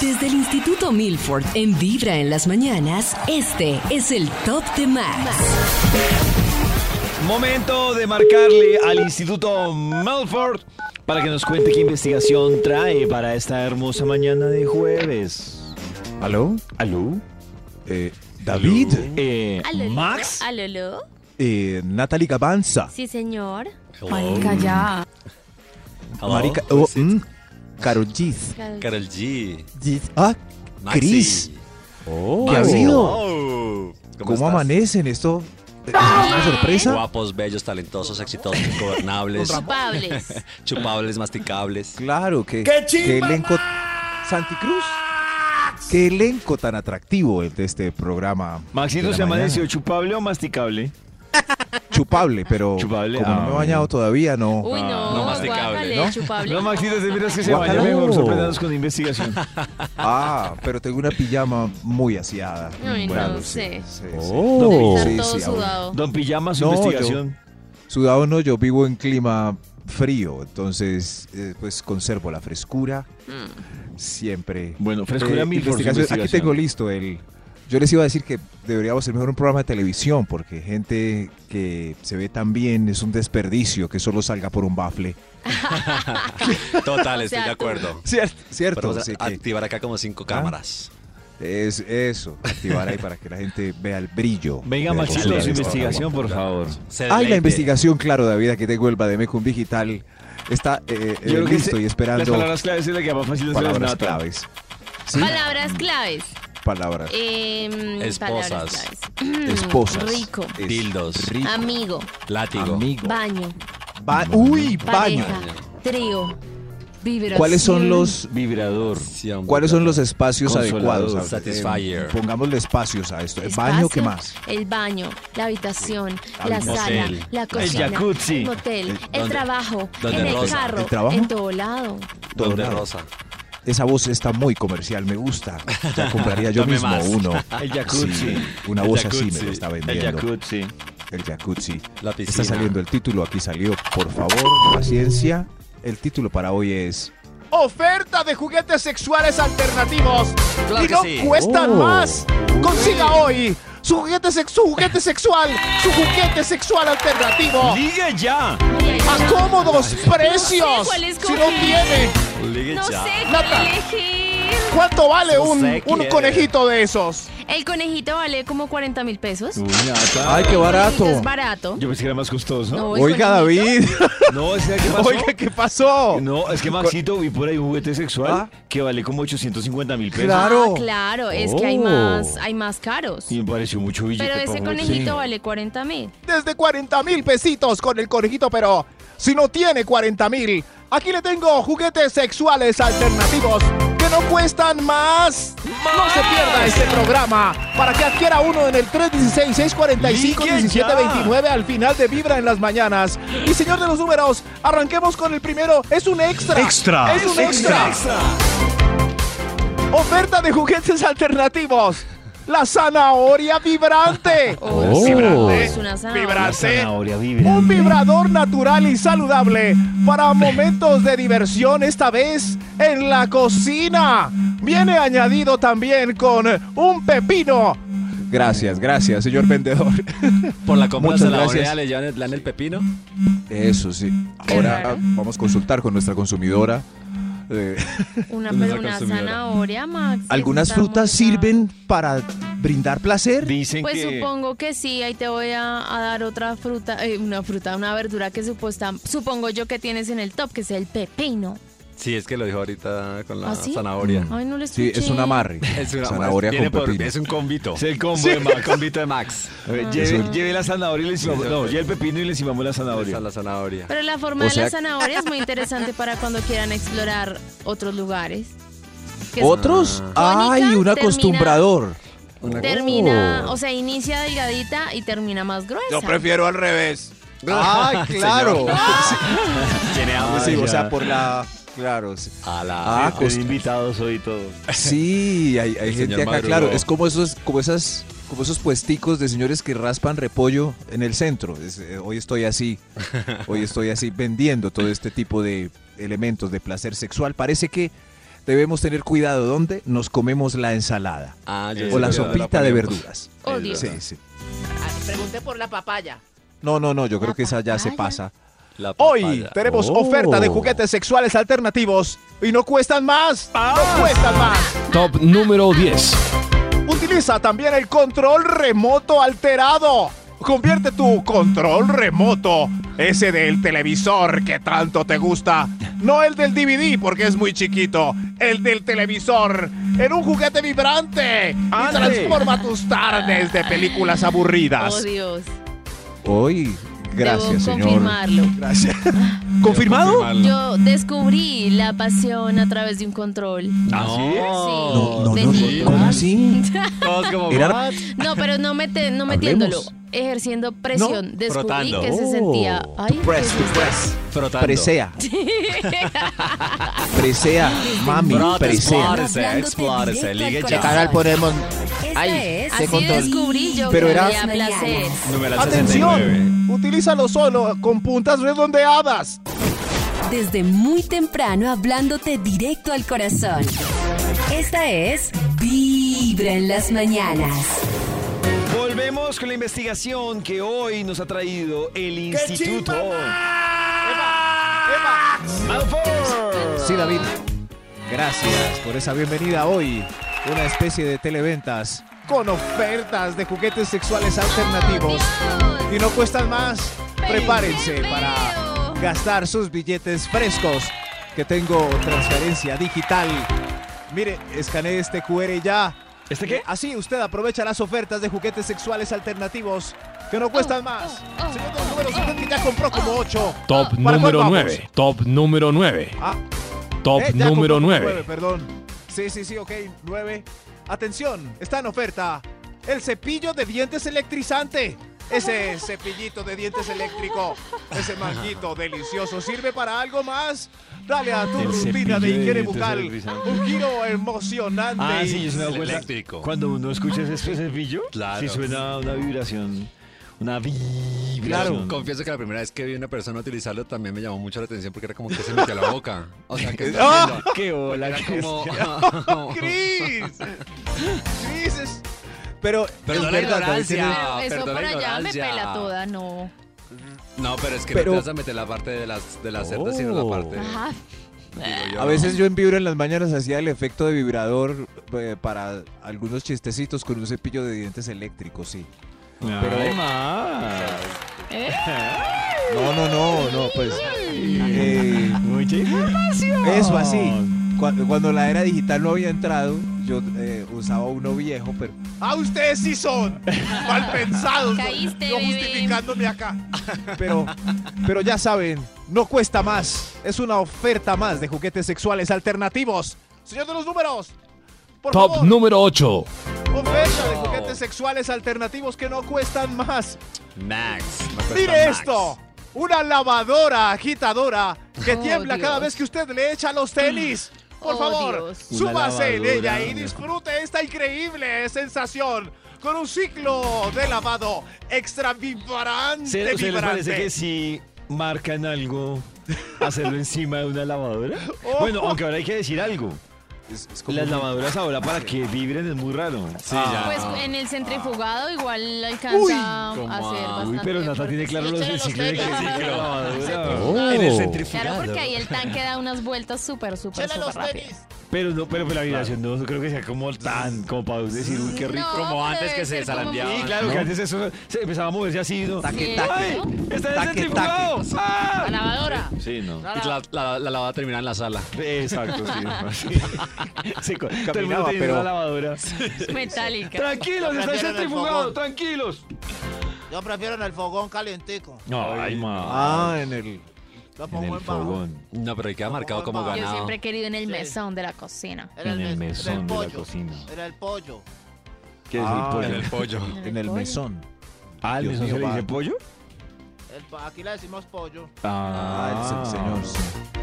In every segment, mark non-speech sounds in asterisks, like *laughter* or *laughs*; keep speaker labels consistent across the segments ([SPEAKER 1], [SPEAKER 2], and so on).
[SPEAKER 1] Desde el Instituto Milford en Vibra en las mañanas, este es el Top de Max.
[SPEAKER 2] Momento de marcarle al Instituto Melford para que nos cuente qué investigación trae para esta hermosa mañana de jueves.
[SPEAKER 3] ¿Aló?
[SPEAKER 2] ¿Aló?
[SPEAKER 3] Eh, David.
[SPEAKER 2] Eh,
[SPEAKER 4] Aló,
[SPEAKER 2] ¿Max?
[SPEAKER 4] aló, aló.
[SPEAKER 3] Eh, Natalie Gabanza.
[SPEAKER 4] Sí, señor.
[SPEAKER 5] Marica, ya.
[SPEAKER 3] Marica. Oh, mm, Karol G.
[SPEAKER 6] Carol G.
[SPEAKER 3] G- Ah,
[SPEAKER 6] Maxi.
[SPEAKER 3] Chris. ¿Qué ha
[SPEAKER 6] Maxi.
[SPEAKER 3] sido?
[SPEAKER 6] Oh,
[SPEAKER 3] ¿Cómo,
[SPEAKER 6] estás?
[SPEAKER 3] amanecen esto? ¿Es una sorpresa?
[SPEAKER 6] Guapos, bellos, talentosos, exitosos,
[SPEAKER 4] *laughs*
[SPEAKER 6] gobernables,
[SPEAKER 4] Pables.
[SPEAKER 6] *laughs* chupables, masticables.
[SPEAKER 3] Claro, que,
[SPEAKER 7] ¡Qué chimba,
[SPEAKER 3] que elenco. Santicruz. Qué elenco tan atractivo el de este programa.
[SPEAKER 2] Maxito
[SPEAKER 3] de la
[SPEAKER 2] se
[SPEAKER 3] mañana.
[SPEAKER 2] amaneció chupable o masticable.
[SPEAKER 3] Chupable, pero
[SPEAKER 2] Chupable,
[SPEAKER 3] como no me
[SPEAKER 2] ah,
[SPEAKER 3] he bañado todavía, no.
[SPEAKER 4] Uy, no,
[SPEAKER 6] no,
[SPEAKER 4] guácale,
[SPEAKER 6] masticable,
[SPEAKER 3] ¿no?
[SPEAKER 4] chupable.
[SPEAKER 2] No, Maxito, te miras que se vaya
[SPEAKER 3] Guácala.
[SPEAKER 2] mejor. Sorprendanos
[SPEAKER 3] *laughs*
[SPEAKER 2] con investigación.
[SPEAKER 3] Ah, pero tengo una pijama muy aseada.
[SPEAKER 4] Ay, no
[SPEAKER 3] sí,
[SPEAKER 4] sé.
[SPEAKER 3] sí, sí.
[SPEAKER 2] Oh.
[SPEAKER 4] Debe
[SPEAKER 3] Sí,
[SPEAKER 4] estar todo
[SPEAKER 3] sí, aún.
[SPEAKER 4] sudado.
[SPEAKER 2] Don Pijama, su
[SPEAKER 3] No, yo-
[SPEAKER 2] investigación.
[SPEAKER 3] Sudado no, yo vivo en clima frío, entonces eh, pues conservo la frescura
[SPEAKER 4] Mm.
[SPEAKER 3] siempre. Eh,
[SPEAKER 2] Bueno, frescura mil por su
[SPEAKER 3] investigación. Aquí
[SPEAKER 2] investigación.
[SPEAKER 3] tengo listo el... Yo les iba a decir que deberíamos ser mejor un programa de televisión porque gente que se ve tan bien es un desperdicio que solo salga por un bafle.
[SPEAKER 6] Total,
[SPEAKER 4] O
[SPEAKER 6] estoy
[SPEAKER 4] sea,
[SPEAKER 6] de
[SPEAKER 4] tú.
[SPEAKER 6] acuerdo.
[SPEAKER 3] Cierto. Cierto.
[SPEAKER 6] Vamos a
[SPEAKER 3] así que Ah.
[SPEAKER 6] activar acá como cinco cámaras.
[SPEAKER 3] es eso, activar ahí para que la gente vea el brillo.
[SPEAKER 2] *laughs* Venga,
[SPEAKER 3] de la
[SPEAKER 2] Maxito,
[SPEAKER 3] hermosura
[SPEAKER 2] su
[SPEAKER 3] de este
[SPEAKER 2] investigación, por favor.
[SPEAKER 6] Se
[SPEAKER 3] Ay, la
[SPEAKER 6] deleite.
[SPEAKER 3] investigación, claro, David, aquí tengo el Bademecum Digital. Está eh, eh,
[SPEAKER 2] creo que
[SPEAKER 3] listo
[SPEAKER 2] se-
[SPEAKER 3] y
[SPEAKER 2] Las
[SPEAKER 3] esperando
[SPEAKER 2] palabras claves es la que más fácil se las
[SPEAKER 3] palabras
[SPEAKER 2] nata.
[SPEAKER 3] claves. ¿Sí?
[SPEAKER 4] Palabras claves.
[SPEAKER 3] Palabras.
[SPEAKER 4] Em,
[SPEAKER 6] Esposas.
[SPEAKER 4] palabras claves.
[SPEAKER 6] *clears throat*
[SPEAKER 3] Esposas.
[SPEAKER 4] Rico.
[SPEAKER 3] Es-
[SPEAKER 6] Dildos.
[SPEAKER 3] Rico.
[SPEAKER 4] Amigo.
[SPEAKER 6] Látigo.
[SPEAKER 3] Amigo.
[SPEAKER 4] Baño.
[SPEAKER 3] Ba- Uy, baño.
[SPEAKER 4] Pareja. Trío. Vibración.
[SPEAKER 3] ¿Cuáles son los
[SPEAKER 2] Vibrador.
[SPEAKER 6] Sí, hombre.
[SPEAKER 3] cuáles son los espacios
[SPEAKER 2] Consolador,
[SPEAKER 3] adecuados? A-
[SPEAKER 6] satisfier.
[SPEAKER 3] eh, pongámosle espacios a esto. ¿El
[SPEAKER 4] Espacio,
[SPEAKER 3] baño qué más?
[SPEAKER 4] El baño, la habitación,
[SPEAKER 3] Ah,
[SPEAKER 4] la
[SPEAKER 3] el
[SPEAKER 4] sala,
[SPEAKER 6] motel,
[SPEAKER 4] la cocina,
[SPEAKER 2] jacuzzi.
[SPEAKER 4] el motel, el,
[SPEAKER 6] donde-
[SPEAKER 4] trabajo,
[SPEAKER 6] donde
[SPEAKER 4] en el
[SPEAKER 6] rosa.
[SPEAKER 4] carro,
[SPEAKER 3] ¿El trabajo?
[SPEAKER 4] en todo lado.
[SPEAKER 3] Todo
[SPEAKER 6] Don de
[SPEAKER 3] lado.
[SPEAKER 6] Rosa.
[SPEAKER 3] Esa voz está muy comercial, me gusta. Ya
[SPEAKER 2] *laughs*
[SPEAKER 3] compraría yo
[SPEAKER 6] Dame
[SPEAKER 3] mismo
[SPEAKER 6] más.
[SPEAKER 3] uno.
[SPEAKER 2] El jacuzzi.
[SPEAKER 3] Sí, una
[SPEAKER 6] El
[SPEAKER 3] voz así
[SPEAKER 6] jacuzzi.
[SPEAKER 3] me lo está
[SPEAKER 2] El
[SPEAKER 3] vendiendo.
[SPEAKER 2] jacuzzi.
[SPEAKER 3] El jacuzzi.
[SPEAKER 6] La
[SPEAKER 3] Está
[SPEAKER 6] piscina.
[SPEAKER 3] saliendo el título, aquí salió. Por favor, paciencia. El título para hoy es
[SPEAKER 8] Oferta de juguetes sexuales alternativos
[SPEAKER 6] Claro
[SPEAKER 8] y
[SPEAKER 6] que
[SPEAKER 8] no
[SPEAKER 6] sí.
[SPEAKER 8] cuestan
[SPEAKER 3] Oh.
[SPEAKER 8] más. Consiga hoy su juguete, sex- su juguete sexual, su juguete sexual alternativo
[SPEAKER 2] ¡Ligue ya!
[SPEAKER 8] a cómodos
[SPEAKER 4] No
[SPEAKER 8] precios.
[SPEAKER 4] sé cuál
[SPEAKER 8] si
[SPEAKER 4] escoger.
[SPEAKER 8] no tiene,
[SPEAKER 6] Ligue
[SPEAKER 4] No
[SPEAKER 6] ya.
[SPEAKER 4] sé
[SPEAKER 8] Nata.
[SPEAKER 4] qué elegir.
[SPEAKER 8] ¿cuánto vale
[SPEAKER 6] No sé
[SPEAKER 8] un, un
[SPEAKER 6] quién.
[SPEAKER 8] conejito de esos?
[SPEAKER 4] El conejito vale como 40 mil pesos.
[SPEAKER 2] Uy, nata.
[SPEAKER 3] ¡Ay, qué barato!
[SPEAKER 4] Es barato.
[SPEAKER 2] Yo pensé que era más costoso.
[SPEAKER 4] No, el
[SPEAKER 3] Oiga,
[SPEAKER 4] conejito-
[SPEAKER 3] David.
[SPEAKER 2] No, es que ¿qué pasó?
[SPEAKER 3] Oiga, ¿qué pasó? ¿Ah?
[SPEAKER 2] No, es que Maxito vi por ahí un juguete sexual que vale como 850 mil pesos.
[SPEAKER 3] Claro.
[SPEAKER 4] Ah, claro, es que hay
[SPEAKER 3] Oh.
[SPEAKER 4] más, hay más caros.
[SPEAKER 2] Y me pareció mucho billete.
[SPEAKER 4] Pero
[SPEAKER 2] para
[SPEAKER 4] ese
[SPEAKER 2] un juguete
[SPEAKER 4] conejito
[SPEAKER 2] sexual.
[SPEAKER 4] vale 40 mil.
[SPEAKER 8] Desde 40 mil pesitos con el conejito, pero si no tiene 40 mil, aquí le tengo juguetes sexuales alternativos que no cuestan más. No se pierda este programa para que adquiera uno en el 316-645-1729 al final de Vibra en las mañanas. Y señor de los números, arranquemos con el primero. Es un extra. Extra. Es un extra. Oferta de juguetes alternativos. La zanahoria vibrante.
[SPEAKER 4] Oh,
[SPEAKER 8] Vibrante.
[SPEAKER 4] Es una zanahoria.
[SPEAKER 8] Vibrante.
[SPEAKER 2] Zanahoria vibra.
[SPEAKER 8] Un vibrador natural y saludable para momentos de diversión, esta vez en la cocina. Viene añadido también con un pepino.
[SPEAKER 3] Gracias, gracias, señor vendedor.
[SPEAKER 6] Por la compra de
[SPEAKER 3] Muchas
[SPEAKER 6] zanahoria
[SPEAKER 3] gracias.
[SPEAKER 6] le llevan el, le dan el pepino.
[SPEAKER 3] Eso sí. Ahora ah, vamos a consultar con nuestra consumidora. Eh,
[SPEAKER 4] Una,
[SPEAKER 6] Una
[SPEAKER 4] pero una
[SPEAKER 6] consumidora.
[SPEAKER 4] zanahoria, Max.
[SPEAKER 3] ¿Algunas
[SPEAKER 4] Eso está
[SPEAKER 3] frutas
[SPEAKER 4] muy mal.
[SPEAKER 3] sirven para brindar placer?
[SPEAKER 2] Dicen
[SPEAKER 4] Pues
[SPEAKER 2] que...
[SPEAKER 4] supongo que sí, ahí te voy a, a dar otra fruta, eh, una fruta, una verdura que supuesta, supongo yo que tienes en el top, que es el pepino.
[SPEAKER 6] Sí, es que lo dijo ahorita con la
[SPEAKER 4] ¿Ah, sí?
[SPEAKER 6] zanahoria.
[SPEAKER 4] Ay, no lo
[SPEAKER 3] Sí,
[SPEAKER 4] escuché.
[SPEAKER 3] es un amarre.
[SPEAKER 6] Es una
[SPEAKER 3] Zanahoria
[SPEAKER 6] tiene
[SPEAKER 3] con
[SPEAKER 6] por-
[SPEAKER 3] pepino.
[SPEAKER 6] Es un convito.
[SPEAKER 2] Es el combo de Max.
[SPEAKER 6] Convito
[SPEAKER 3] *laughs*
[SPEAKER 6] de Max.
[SPEAKER 2] A ver, lleve, lleve la zanahoria y le encimamos... No, lleve el pepino y le encimamos la
[SPEAKER 6] Está
[SPEAKER 2] zanahoria.
[SPEAKER 6] la zanahoria.
[SPEAKER 4] Pero la forma
[SPEAKER 3] O
[SPEAKER 4] de
[SPEAKER 3] sea-
[SPEAKER 4] la zanahoria es muy interesante para cuando quieran explorar otros lugares. Que es-
[SPEAKER 3] ¿Otros?
[SPEAKER 4] Ah.
[SPEAKER 3] ¡Ay, un
[SPEAKER 4] Tónica,
[SPEAKER 3] acostumbrador!
[SPEAKER 6] Una cosa.
[SPEAKER 3] Oh.
[SPEAKER 4] Termina, o sea, inicia delgadita y termina más gruesa.
[SPEAKER 3] prefiero al revés.
[SPEAKER 6] Ah,
[SPEAKER 3] Ah, *laughs* claro.
[SPEAKER 6] Tiene hambre.
[SPEAKER 3] Sí, o
[SPEAKER 2] ya.
[SPEAKER 3] sea, por la... Claro, sí.
[SPEAKER 6] A la.
[SPEAKER 3] Ah,
[SPEAKER 2] Estoy
[SPEAKER 3] costa-
[SPEAKER 2] invitado soy todo.
[SPEAKER 3] Sí, hay, hay
[SPEAKER 6] El
[SPEAKER 3] gente
[SPEAKER 6] señor
[SPEAKER 3] acá,
[SPEAKER 6] madrugó.
[SPEAKER 3] claro. Es como esos, como esas, como esos puesticos de señores que raspan repollo en el centro. Es, eh, hoy estoy así, hoy estoy así vendiendo todo este tipo de elementos de placer sexual. Parece que debemos tener cuidado donde nos comemos la ensalada
[SPEAKER 6] Ah, yo
[SPEAKER 2] O
[SPEAKER 6] sí
[SPEAKER 3] o la
[SPEAKER 6] creo que
[SPEAKER 3] sopita de
[SPEAKER 6] ponemos.
[SPEAKER 3] verduras.
[SPEAKER 4] Oh, Dios.
[SPEAKER 3] Sí, sí.
[SPEAKER 5] Pregunté por la papaya.
[SPEAKER 3] No, no, no, yo creo
[SPEAKER 4] La
[SPEAKER 3] que esa ya se
[SPEAKER 4] papaya.
[SPEAKER 3] pasa.
[SPEAKER 6] La
[SPEAKER 8] Hoy
[SPEAKER 6] papaya.
[SPEAKER 8] tenemos
[SPEAKER 2] Oh.
[SPEAKER 8] oferta de juguetes sexuales alternativos y no cuestan más. No cuestan más.
[SPEAKER 9] Top número 10.
[SPEAKER 8] Utiliza también el control remoto alterado. Convierte tu control remoto, ese del televisor que tanto te gusta, no el del DVD porque es muy chiquito, el del televisor, en un juguete vibrante y
[SPEAKER 2] ¡Ande!
[SPEAKER 8] transforma tus tardes de películas aburridas.
[SPEAKER 4] Oh, Dios.
[SPEAKER 3] Hoy,
[SPEAKER 4] Debo
[SPEAKER 3] gracias, señor.
[SPEAKER 4] confirmarlo.
[SPEAKER 8] Gracias. ¿Confirmado?
[SPEAKER 6] Confirmarlo.
[SPEAKER 4] Yo descubrí la pasión a través de un control.
[SPEAKER 3] No, no, no,
[SPEAKER 4] Bendito.
[SPEAKER 3] ¿cómo
[SPEAKER 4] *laughs*
[SPEAKER 3] así?
[SPEAKER 2] Todos como
[SPEAKER 3] Era-
[SPEAKER 2] "What?".
[SPEAKER 4] No, pero no, mete, no metiéndolo,
[SPEAKER 3] Hablemos.
[SPEAKER 4] ejerciendo presión. Descubrí
[SPEAKER 6] frotando.
[SPEAKER 4] que
[SPEAKER 3] Oh.
[SPEAKER 4] se sentía. Ay,
[SPEAKER 3] Press,
[SPEAKER 4] ¿qué es esto? *laughs*
[SPEAKER 6] Frotando.
[SPEAKER 3] Presea. Presea, mami,
[SPEAKER 6] Brote,
[SPEAKER 3] presea.
[SPEAKER 6] explórese, explórese, ligue
[SPEAKER 1] Directo al
[SPEAKER 6] ya.
[SPEAKER 1] corazón.
[SPEAKER 8] Canal ponemos.
[SPEAKER 1] Esta
[SPEAKER 5] Ay,
[SPEAKER 1] Este es
[SPEAKER 4] Así descubrí yo
[SPEAKER 3] Pero
[SPEAKER 4] que
[SPEAKER 3] era-
[SPEAKER 4] había placer.
[SPEAKER 6] Numeral
[SPEAKER 8] Atención,
[SPEAKER 6] 69.
[SPEAKER 8] utilízalo solo con puntas redondeadas.
[SPEAKER 1] desde muy temprano hablándote directo al corazón. Esta es Vibra en las mañanas.
[SPEAKER 2] Volvemos con la investigación que hoy nos ha traído el Instituto Malfour.
[SPEAKER 3] Sí, David. Gracias por esa bienvenida hoy. Una especie de televentas.
[SPEAKER 8] con ofertas de juguetes sexuales alternativos y no cuestan más. Prepárense para gastar sus billetes frescos que tengo transferencia digital. Mire, escanee este QR ya. Eh,
[SPEAKER 2] ¿Este qué?
[SPEAKER 8] Así usted aprovecha las ofertas de juguetes sexuales alternativos que no cuestan más. Señor de los números, usted que ya compró como 8.
[SPEAKER 9] Top número 9. Top número 9.
[SPEAKER 8] Ah.
[SPEAKER 9] Top
[SPEAKER 8] Eh,
[SPEAKER 9] número 9.
[SPEAKER 8] Perdón. Sí, sí, sí, ok, 9. Atención, está en oferta el cepillo de dientes electrizante. Ese cepillito de dientes eléctrico, ese manguito delicioso, ¿sirve para algo más? Dale a tu
[SPEAKER 2] El
[SPEAKER 8] rutina
[SPEAKER 2] cepillo
[SPEAKER 8] de
[SPEAKER 2] de
[SPEAKER 8] higiene
[SPEAKER 2] dientes
[SPEAKER 8] bucal
[SPEAKER 2] electrizante.
[SPEAKER 8] un giro emocionante.
[SPEAKER 2] Ah, sí, yo se me doy cuenta.
[SPEAKER 6] Eléctrico.
[SPEAKER 2] Cuando uno escucha ese cepillo,
[SPEAKER 6] Claro.
[SPEAKER 2] sí suena una vibración. Una vibración.
[SPEAKER 6] Claro, confieso que la primera vez que vi una persona utilizarlo también me llamó mucho la atención porque era como que se metía la boca. O
[SPEAKER 2] *laughs*
[SPEAKER 6] sea, que
[SPEAKER 2] ¡Ah! ¡Qué hola!
[SPEAKER 6] era
[SPEAKER 2] qué
[SPEAKER 6] como...
[SPEAKER 2] *laughs*
[SPEAKER 8] ¡Cris! ¡Cris es-
[SPEAKER 3] Pero,
[SPEAKER 6] Perdón la
[SPEAKER 3] David, tiene-
[SPEAKER 6] ignorancia.
[SPEAKER 4] Pero eso
[SPEAKER 6] Perdón
[SPEAKER 4] para
[SPEAKER 6] la
[SPEAKER 4] allá me
[SPEAKER 6] ignorancia.
[SPEAKER 4] pela toda, no.
[SPEAKER 6] *laughs* No, pero es que
[SPEAKER 3] Pero-
[SPEAKER 6] no te vas a meter la parte de las, de las cerdas, sino
[SPEAKER 2] Oh.
[SPEAKER 6] la parte...
[SPEAKER 4] Ajá.
[SPEAKER 6] digo yo,
[SPEAKER 3] A
[SPEAKER 6] ¿no?
[SPEAKER 3] veces yo en Vibra en las mañanas hacía el efecto de vibrador eh, para algunos chistecitos con un cepillo de dientes eléctricos, sí.
[SPEAKER 2] Pero además.
[SPEAKER 3] *laughs* No, no, no, no, pues. eh,
[SPEAKER 2] Mucha información.
[SPEAKER 3] Eso así. Cu- Cuando, la era digital no había entrado, yo eh, usaba uno viejo, pero.
[SPEAKER 8] ¡Ah, ustedes sí son! ¡Mal pensados!
[SPEAKER 4] Caíste,
[SPEAKER 8] yo
[SPEAKER 4] bebé.
[SPEAKER 8] justificándome acá.
[SPEAKER 3] Pero, pero ya saben,
[SPEAKER 8] No cuesta más. Es una oferta más de juguetes sexuales alternativos. Señor de los números. Por
[SPEAKER 9] Top
[SPEAKER 8] favor,
[SPEAKER 9] número 8.
[SPEAKER 8] oferta de juguetes sexuales alternativos que no cuestan más.
[SPEAKER 6] Max. me cuesta
[SPEAKER 8] Mire
[SPEAKER 6] Max.
[SPEAKER 8] esto. Una lavadora agitadora que
[SPEAKER 4] Oh,
[SPEAKER 8] tiembla cada
[SPEAKER 4] Dios.
[SPEAKER 8] vez que usted le echa los tenis. Por
[SPEAKER 4] Oh,
[SPEAKER 8] favor,
[SPEAKER 4] Dios.
[SPEAKER 2] Una
[SPEAKER 8] súbase en ella
[SPEAKER 2] lavadora.
[SPEAKER 8] y disfrute esta increíble sensación con un ciclo de lavado extra vibrante.
[SPEAKER 2] ¿Se, se les
[SPEAKER 8] vibrante.
[SPEAKER 2] parece que si marcan algo, hacerlo encima de una lavadora?
[SPEAKER 8] Oh.
[SPEAKER 2] Bueno, aunque ahora hay que decir algo.
[SPEAKER 3] es, es como.
[SPEAKER 2] Las lavadoras ahora para que vibren es muy raro.
[SPEAKER 6] Sí, ya.
[SPEAKER 4] Pues en el centrifugado igual alcanza
[SPEAKER 6] Uy,
[SPEAKER 4] a hacer
[SPEAKER 6] como a-
[SPEAKER 4] bastante.
[SPEAKER 2] Uy, pero Nata
[SPEAKER 4] fuerte.
[SPEAKER 2] tiene claro los
[SPEAKER 4] Échale los
[SPEAKER 2] ciclos de
[SPEAKER 4] *laughs*
[SPEAKER 2] que
[SPEAKER 4] tenis.
[SPEAKER 2] sí, que la lavadora.
[SPEAKER 8] Ah,
[SPEAKER 6] En el
[SPEAKER 4] Claro,
[SPEAKER 9] Oh.
[SPEAKER 6] centrifugado.
[SPEAKER 4] porque ahí el tanque da unas vueltas súper, súper,
[SPEAKER 8] Échale
[SPEAKER 4] súper
[SPEAKER 8] los
[SPEAKER 4] rápido.
[SPEAKER 8] tenis.
[SPEAKER 2] Pero no, pero pues la vibración no, no creo que sea como tan, como para decir, uy, qué rico.
[SPEAKER 6] Como
[SPEAKER 4] pero
[SPEAKER 6] antes
[SPEAKER 4] debe
[SPEAKER 6] que se
[SPEAKER 4] ser como
[SPEAKER 6] zarandeaba.
[SPEAKER 4] muy-
[SPEAKER 2] Sí, claro, que antes eso se empezaba a moverse así, ¿no?
[SPEAKER 4] Sí.
[SPEAKER 2] ¡Ay! ¡Está ¡Ah! en el
[SPEAKER 3] Taque,
[SPEAKER 2] centrifugado!
[SPEAKER 5] La lavadora.
[SPEAKER 2] Sí, no.
[SPEAKER 4] *laughs*
[SPEAKER 6] Y la, la, la lavada termina en la sala.
[SPEAKER 2] Exacto, sí. sí. co- Todo el mundo
[SPEAKER 3] Caminaba,
[SPEAKER 2] teniendo
[SPEAKER 3] pero-
[SPEAKER 2] la lavadora.
[SPEAKER 4] Metálica.
[SPEAKER 2] Tranquilos, está el
[SPEAKER 5] prendieron el
[SPEAKER 2] centrifugado,
[SPEAKER 5] fogón.
[SPEAKER 2] tranquilos.
[SPEAKER 5] Yo prefiero en el fogón calentico.
[SPEAKER 2] No, ay, ma.
[SPEAKER 3] Ah, en el.
[SPEAKER 5] Lo
[SPEAKER 2] En el
[SPEAKER 5] bajo.
[SPEAKER 2] fogón,
[SPEAKER 6] No, pero ahí queda marcado como
[SPEAKER 5] Yo
[SPEAKER 4] Yo
[SPEAKER 6] ganado.
[SPEAKER 4] siempre he querido en el
[SPEAKER 5] Sí.
[SPEAKER 4] mesón de la cocina.
[SPEAKER 5] Era
[SPEAKER 2] en el
[SPEAKER 5] mes- era
[SPEAKER 2] mesón
[SPEAKER 5] el
[SPEAKER 2] de la
[SPEAKER 5] pollo,
[SPEAKER 2] cocina.
[SPEAKER 5] Era el pollo.
[SPEAKER 2] ¿Qué es
[SPEAKER 3] Ah,
[SPEAKER 2] el
[SPEAKER 6] En
[SPEAKER 2] pollo?
[SPEAKER 6] el *laughs* pollo.
[SPEAKER 3] En el mesón.
[SPEAKER 2] Ah, ¿el
[SPEAKER 3] Dios
[SPEAKER 2] mesón se
[SPEAKER 3] mío,
[SPEAKER 2] le dice
[SPEAKER 3] va.
[SPEAKER 2] pollo?
[SPEAKER 5] El pa- aquí le decimos pollo.
[SPEAKER 3] Ah, el se- señor. sí.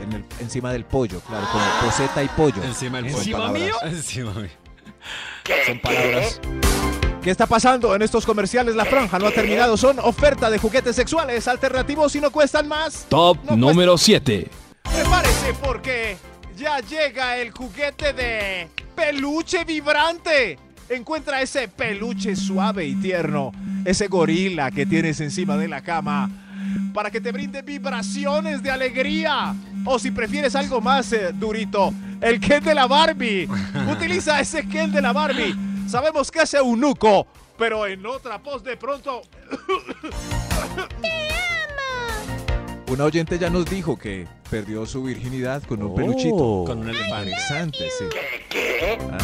[SPEAKER 3] En el- encima del pollo, claro, como poseta y pollo.
[SPEAKER 6] Encima del pollo.
[SPEAKER 3] ¿Encima
[SPEAKER 8] *laughs*
[SPEAKER 3] mío?
[SPEAKER 6] Encima mío.
[SPEAKER 3] Son palabras.
[SPEAKER 8] ¿Qué está pasando en estos comerciales? La franja no ha terminado. Son oferta de juguetes sexuales alternativos y no cuestan más.
[SPEAKER 9] Top
[SPEAKER 8] No, pues-
[SPEAKER 9] número 7.
[SPEAKER 8] Prepárese porque ya llega el juguete de peluche vibrante. Encuentra ese peluche suave y tierno, ese gorila que tienes encima de la cama, para que te brinde vibraciones de alegría. O si prefieres algo más eh, durito, el Ken de la Barbie. Utiliza ese Ken de la Barbie. Sabemos que es eunuco, pero en otra post de pronto
[SPEAKER 3] Una oyente ya nos dijo que perdió su virginidad con un
[SPEAKER 8] Oh.
[SPEAKER 3] peluchito.
[SPEAKER 2] Oh.
[SPEAKER 6] Con un elefante.
[SPEAKER 3] Interesante, sí. Ah,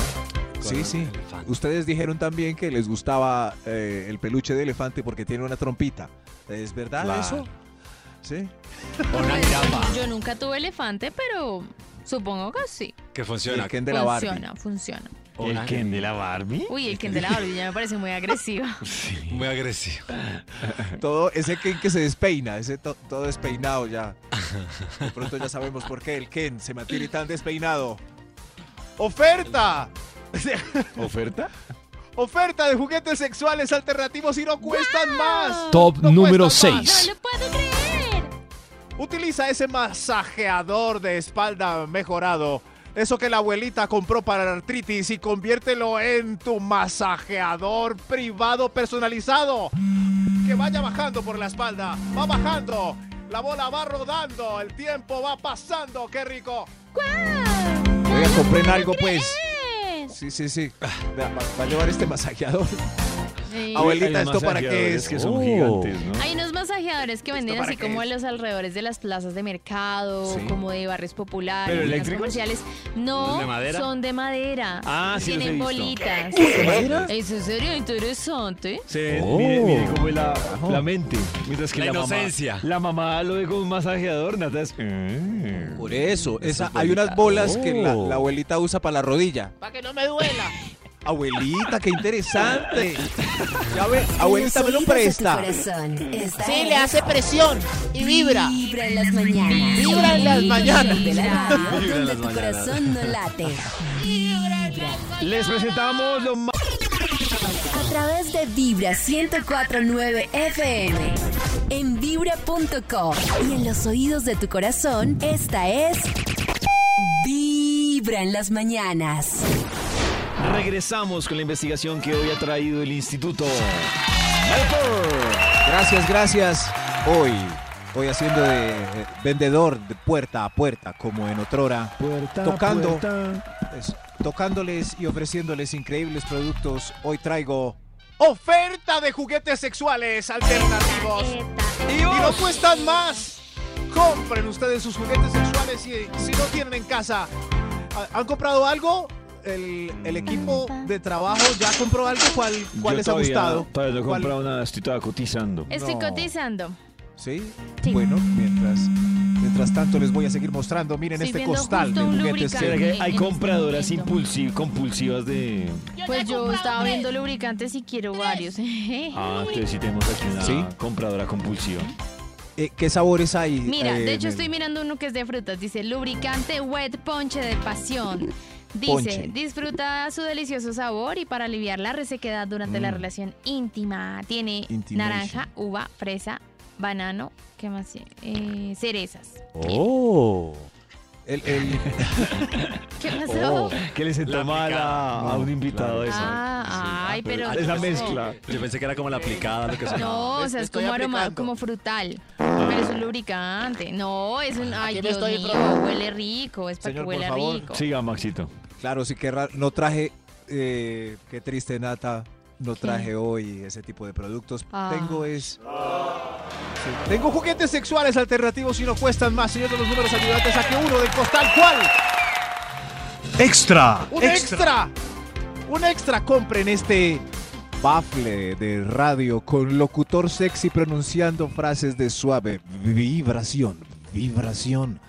[SPEAKER 3] Sí,
[SPEAKER 6] un
[SPEAKER 3] sí.
[SPEAKER 6] elefante.
[SPEAKER 3] Ustedes dijeron también que les gustaba eh, el peluche de elefante porque tiene una trompita. ¿Es verdad
[SPEAKER 6] Claro.
[SPEAKER 3] eso? Sí.
[SPEAKER 6] Una grapa.
[SPEAKER 4] Pues, Yo nunca tuve elefante, pero supongo que sí.
[SPEAKER 6] Que
[SPEAKER 3] El
[SPEAKER 6] funciona.
[SPEAKER 3] Ken de la Barbie.
[SPEAKER 4] funciona, funciona.
[SPEAKER 6] Hola.
[SPEAKER 2] ¿El Ken de la Barbie?
[SPEAKER 4] Uy, el que de la Barbie ya me parece muy agresivo.
[SPEAKER 6] Muy agresivo.
[SPEAKER 3] Todo ese Ken que se despeina, ese to- todo despeinado ya. De pronto ya sabemos por qué el Ken se mantiene tan despeinado.
[SPEAKER 8] oferta.
[SPEAKER 2] ¿Oferta?
[SPEAKER 8] Oferta de juguetes sexuales alternativos y no cuestan más.
[SPEAKER 9] Top
[SPEAKER 8] No
[SPEAKER 9] número
[SPEAKER 8] cuestan más.
[SPEAKER 9] 6.
[SPEAKER 4] puedo creer!
[SPEAKER 8] Utiliza ese masajeador de espalda mejorado. Eso que la abuelita compró para la artritis y conviértelo en tu masajeador privado personalizado. Que vaya bajando por la espalda. Va bajando. La bola va rodando. El tiempo va pasando. ¡Qué rico!
[SPEAKER 4] Ah,
[SPEAKER 3] Oiga, compren algo pues. Sí, sí, sí. Va, va a llevar este masajeador.
[SPEAKER 4] Sí.
[SPEAKER 8] Abuelita, ¿esto para qué es?
[SPEAKER 2] que son gigantes, ¿no?
[SPEAKER 4] Hay unos masajeadores que venden
[SPEAKER 8] para
[SPEAKER 4] así
[SPEAKER 8] qué
[SPEAKER 4] como
[SPEAKER 8] es?
[SPEAKER 4] en los alrededores de las plazas de mercado,
[SPEAKER 3] Sí.
[SPEAKER 4] como de barrios populares,
[SPEAKER 2] ¿Pero
[SPEAKER 4] zonas
[SPEAKER 2] eléctricos?
[SPEAKER 4] comerciales. No,
[SPEAKER 6] ¿De madera?
[SPEAKER 4] son de madera.
[SPEAKER 2] Ah, sí, los he
[SPEAKER 4] Tienen
[SPEAKER 2] visto.
[SPEAKER 4] bolitas.
[SPEAKER 3] Eh,
[SPEAKER 4] Eso sería interesante.
[SPEAKER 2] Se
[SPEAKER 9] Oh.
[SPEAKER 2] mire, mire cómo es la, la mente. Mientras que
[SPEAKER 6] La
[SPEAKER 2] la,
[SPEAKER 6] inocencia.
[SPEAKER 2] mamá. La mamá lo ve con un masajeador, ¿Eh? Nata. es-
[SPEAKER 3] Por eso, esa, Oh. hay unas bolas que la, la abuelita usa para la rodilla.
[SPEAKER 5] Para que no me duela.
[SPEAKER 3] Abuelita, qué *laughs* interesante. Ya ve, abuelita me lo
[SPEAKER 1] Los oídos de tu
[SPEAKER 3] presta.
[SPEAKER 1] corazón. Esta
[SPEAKER 5] Sí,
[SPEAKER 1] es
[SPEAKER 5] le hace presión y vibra.
[SPEAKER 1] Vibra en las mañanas.
[SPEAKER 5] Vibra en las mañanas.
[SPEAKER 1] Vibra de la radio,
[SPEAKER 6] Vibra en
[SPEAKER 1] donde
[SPEAKER 6] las
[SPEAKER 1] tu
[SPEAKER 6] mañanas.
[SPEAKER 1] corazón no late.
[SPEAKER 2] Les presentamos lo más.
[SPEAKER 1] A través de Vibra 1049 FM. En vibra.com. Y en los oídos de tu corazón, esta es. Vibra en las mañanas.
[SPEAKER 2] Regresamos con la investigación que hoy ha traído el Instituto. Malfour.
[SPEAKER 3] Gracias, gracias. Hoy, hoy haciendo de eh, vendedor de puerta a puerta, como en otrora. Tocando.
[SPEAKER 8] pues,
[SPEAKER 3] Eso, tocándoles y ofreciéndoles increíbles productos, hoy traigo
[SPEAKER 8] Oferta de juguetes sexuales alternativos. Y no cuestan más. Compren ustedes sus juguetes sexuales y eh, si no tienen en casa. ¿ha- ¿Han comprado algo? El, el equipo de trabajo ya compró algo. ¿Cuál, cuál
[SPEAKER 2] Yo
[SPEAKER 8] les
[SPEAKER 2] todavía-
[SPEAKER 8] ha gustado?
[SPEAKER 2] Todavía no he
[SPEAKER 8] ¿Cuál-
[SPEAKER 2] comprado nada, estoy todavía cotizando.
[SPEAKER 4] Estoy
[SPEAKER 3] No.
[SPEAKER 4] cotizando.
[SPEAKER 3] ¿Sí?
[SPEAKER 4] Sí.
[SPEAKER 3] Bueno, mientras, mientras tanto les voy a seguir mostrando. Miren
[SPEAKER 4] Estoy
[SPEAKER 3] este
[SPEAKER 4] viendo
[SPEAKER 3] costal
[SPEAKER 4] justo
[SPEAKER 3] de
[SPEAKER 4] un
[SPEAKER 3] juguetes.
[SPEAKER 4] lubricante.
[SPEAKER 2] ¿Será
[SPEAKER 4] En-
[SPEAKER 2] que
[SPEAKER 4] en
[SPEAKER 2] hay
[SPEAKER 4] este
[SPEAKER 2] compradoras
[SPEAKER 4] momento.
[SPEAKER 2] impulsi- compulsivas de.
[SPEAKER 4] Pues yo estaba viendo lubricantes y quiero varios. *laughs*
[SPEAKER 2] Ah, entonces sí tenemos aquí una
[SPEAKER 3] ¿Sí?
[SPEAKER 2] compradora compulsiva.
[SPEAKER 3] Eh, ¿Qué sabores hay?
[SPEAKER 4] Mira,
[SPEAKER 3] eh,
[SPEAKER 4] de hecho
[SPEAKER 3] en
[SPEAKER 4] estoy
[SPEAKER 3] el-
[SPEAKER 4] mirando uno que es de frutas. Dice lubricante wet ponche de pasión. Dice,
[SPEAKER 3] Ponche.
[SPEAKER 4] disfruta su delicioso sabor y para aliviar la resequedad durante la relación íntima. Tiene
[SPEAKER 3] Intimation.
[SPEAKER 4] naranja, uva, fresa, banano, ¿qué más? tiene? Eh, cerezas.
[SPEAKER 2] Oh.
[SPEAKER 3] el- el-
[SPEAKER 4] ¿Qué pasó? *laughs*
[SPEAKER 2] Que le sentó
[SPEAKER 6] La
[SPEAKER 2] mal a,
[SPEAKER 6] picada.
[SPEAKER 2] a un
[SPEAKER 6] No,
[SPEAKER 2] invitado
[SPEAKER 6] claro.
[SPEAKER 2] eso.
[SPEAKER 4] Ah, ay, pero...
[SPEAKER 2] Esa
[SPEAKER 4] no.
[SPEAKER 2] mezcla.
[SPEAKER 6] Yo pensé que era como la aplicada, lo que sonaba.
[SPEAKER 4] No, o sea, es
[SPEAKER 5] Estoy
[SPEAKER 4] como aroma,
[SPEAKER 5] aplicando.
[SPEAKER 4] como frutal. Pero es un lubricante. No, es un... Ay,
[SPEAKER 5] me
[SPEAKER 4] Dios
[SPEAKER 5] estoy
[SPEAKER 4] mío,
[SPEAKER 5] probando.
[SPEAKER 4] huele rico, es para
[SPEAKER 3] Señor,
[SPEAKER 4] que
[SPEAKER 3] por
[SPEAKER 4] huele
[SPEAKER 3] favor.
[SPEAKER 4] rico.
[SPEAKER 2] Siga, Maxito.
[SPEAKER 3] claro, sí que ra- no traje, eh, qué triste nata, no traje hoy ese tipo de productos.
[SPEAKER 4] Ah.
[SPEAKER 3] Tengo es...
[SPEAKER 8] Tengo juguetes sexuales alternativos y no cuestan más. Señor de los números ayudantes, saque uno del costal. ¿Cuál?
[SPEAKER 9] Extra.
[SPEAKER 8] ¡Un extra! ¡Un extra! Compren este
[SPEAKER 3] Bafle de radio con locutor sexy pronunciando frases de suave vibración, vibración.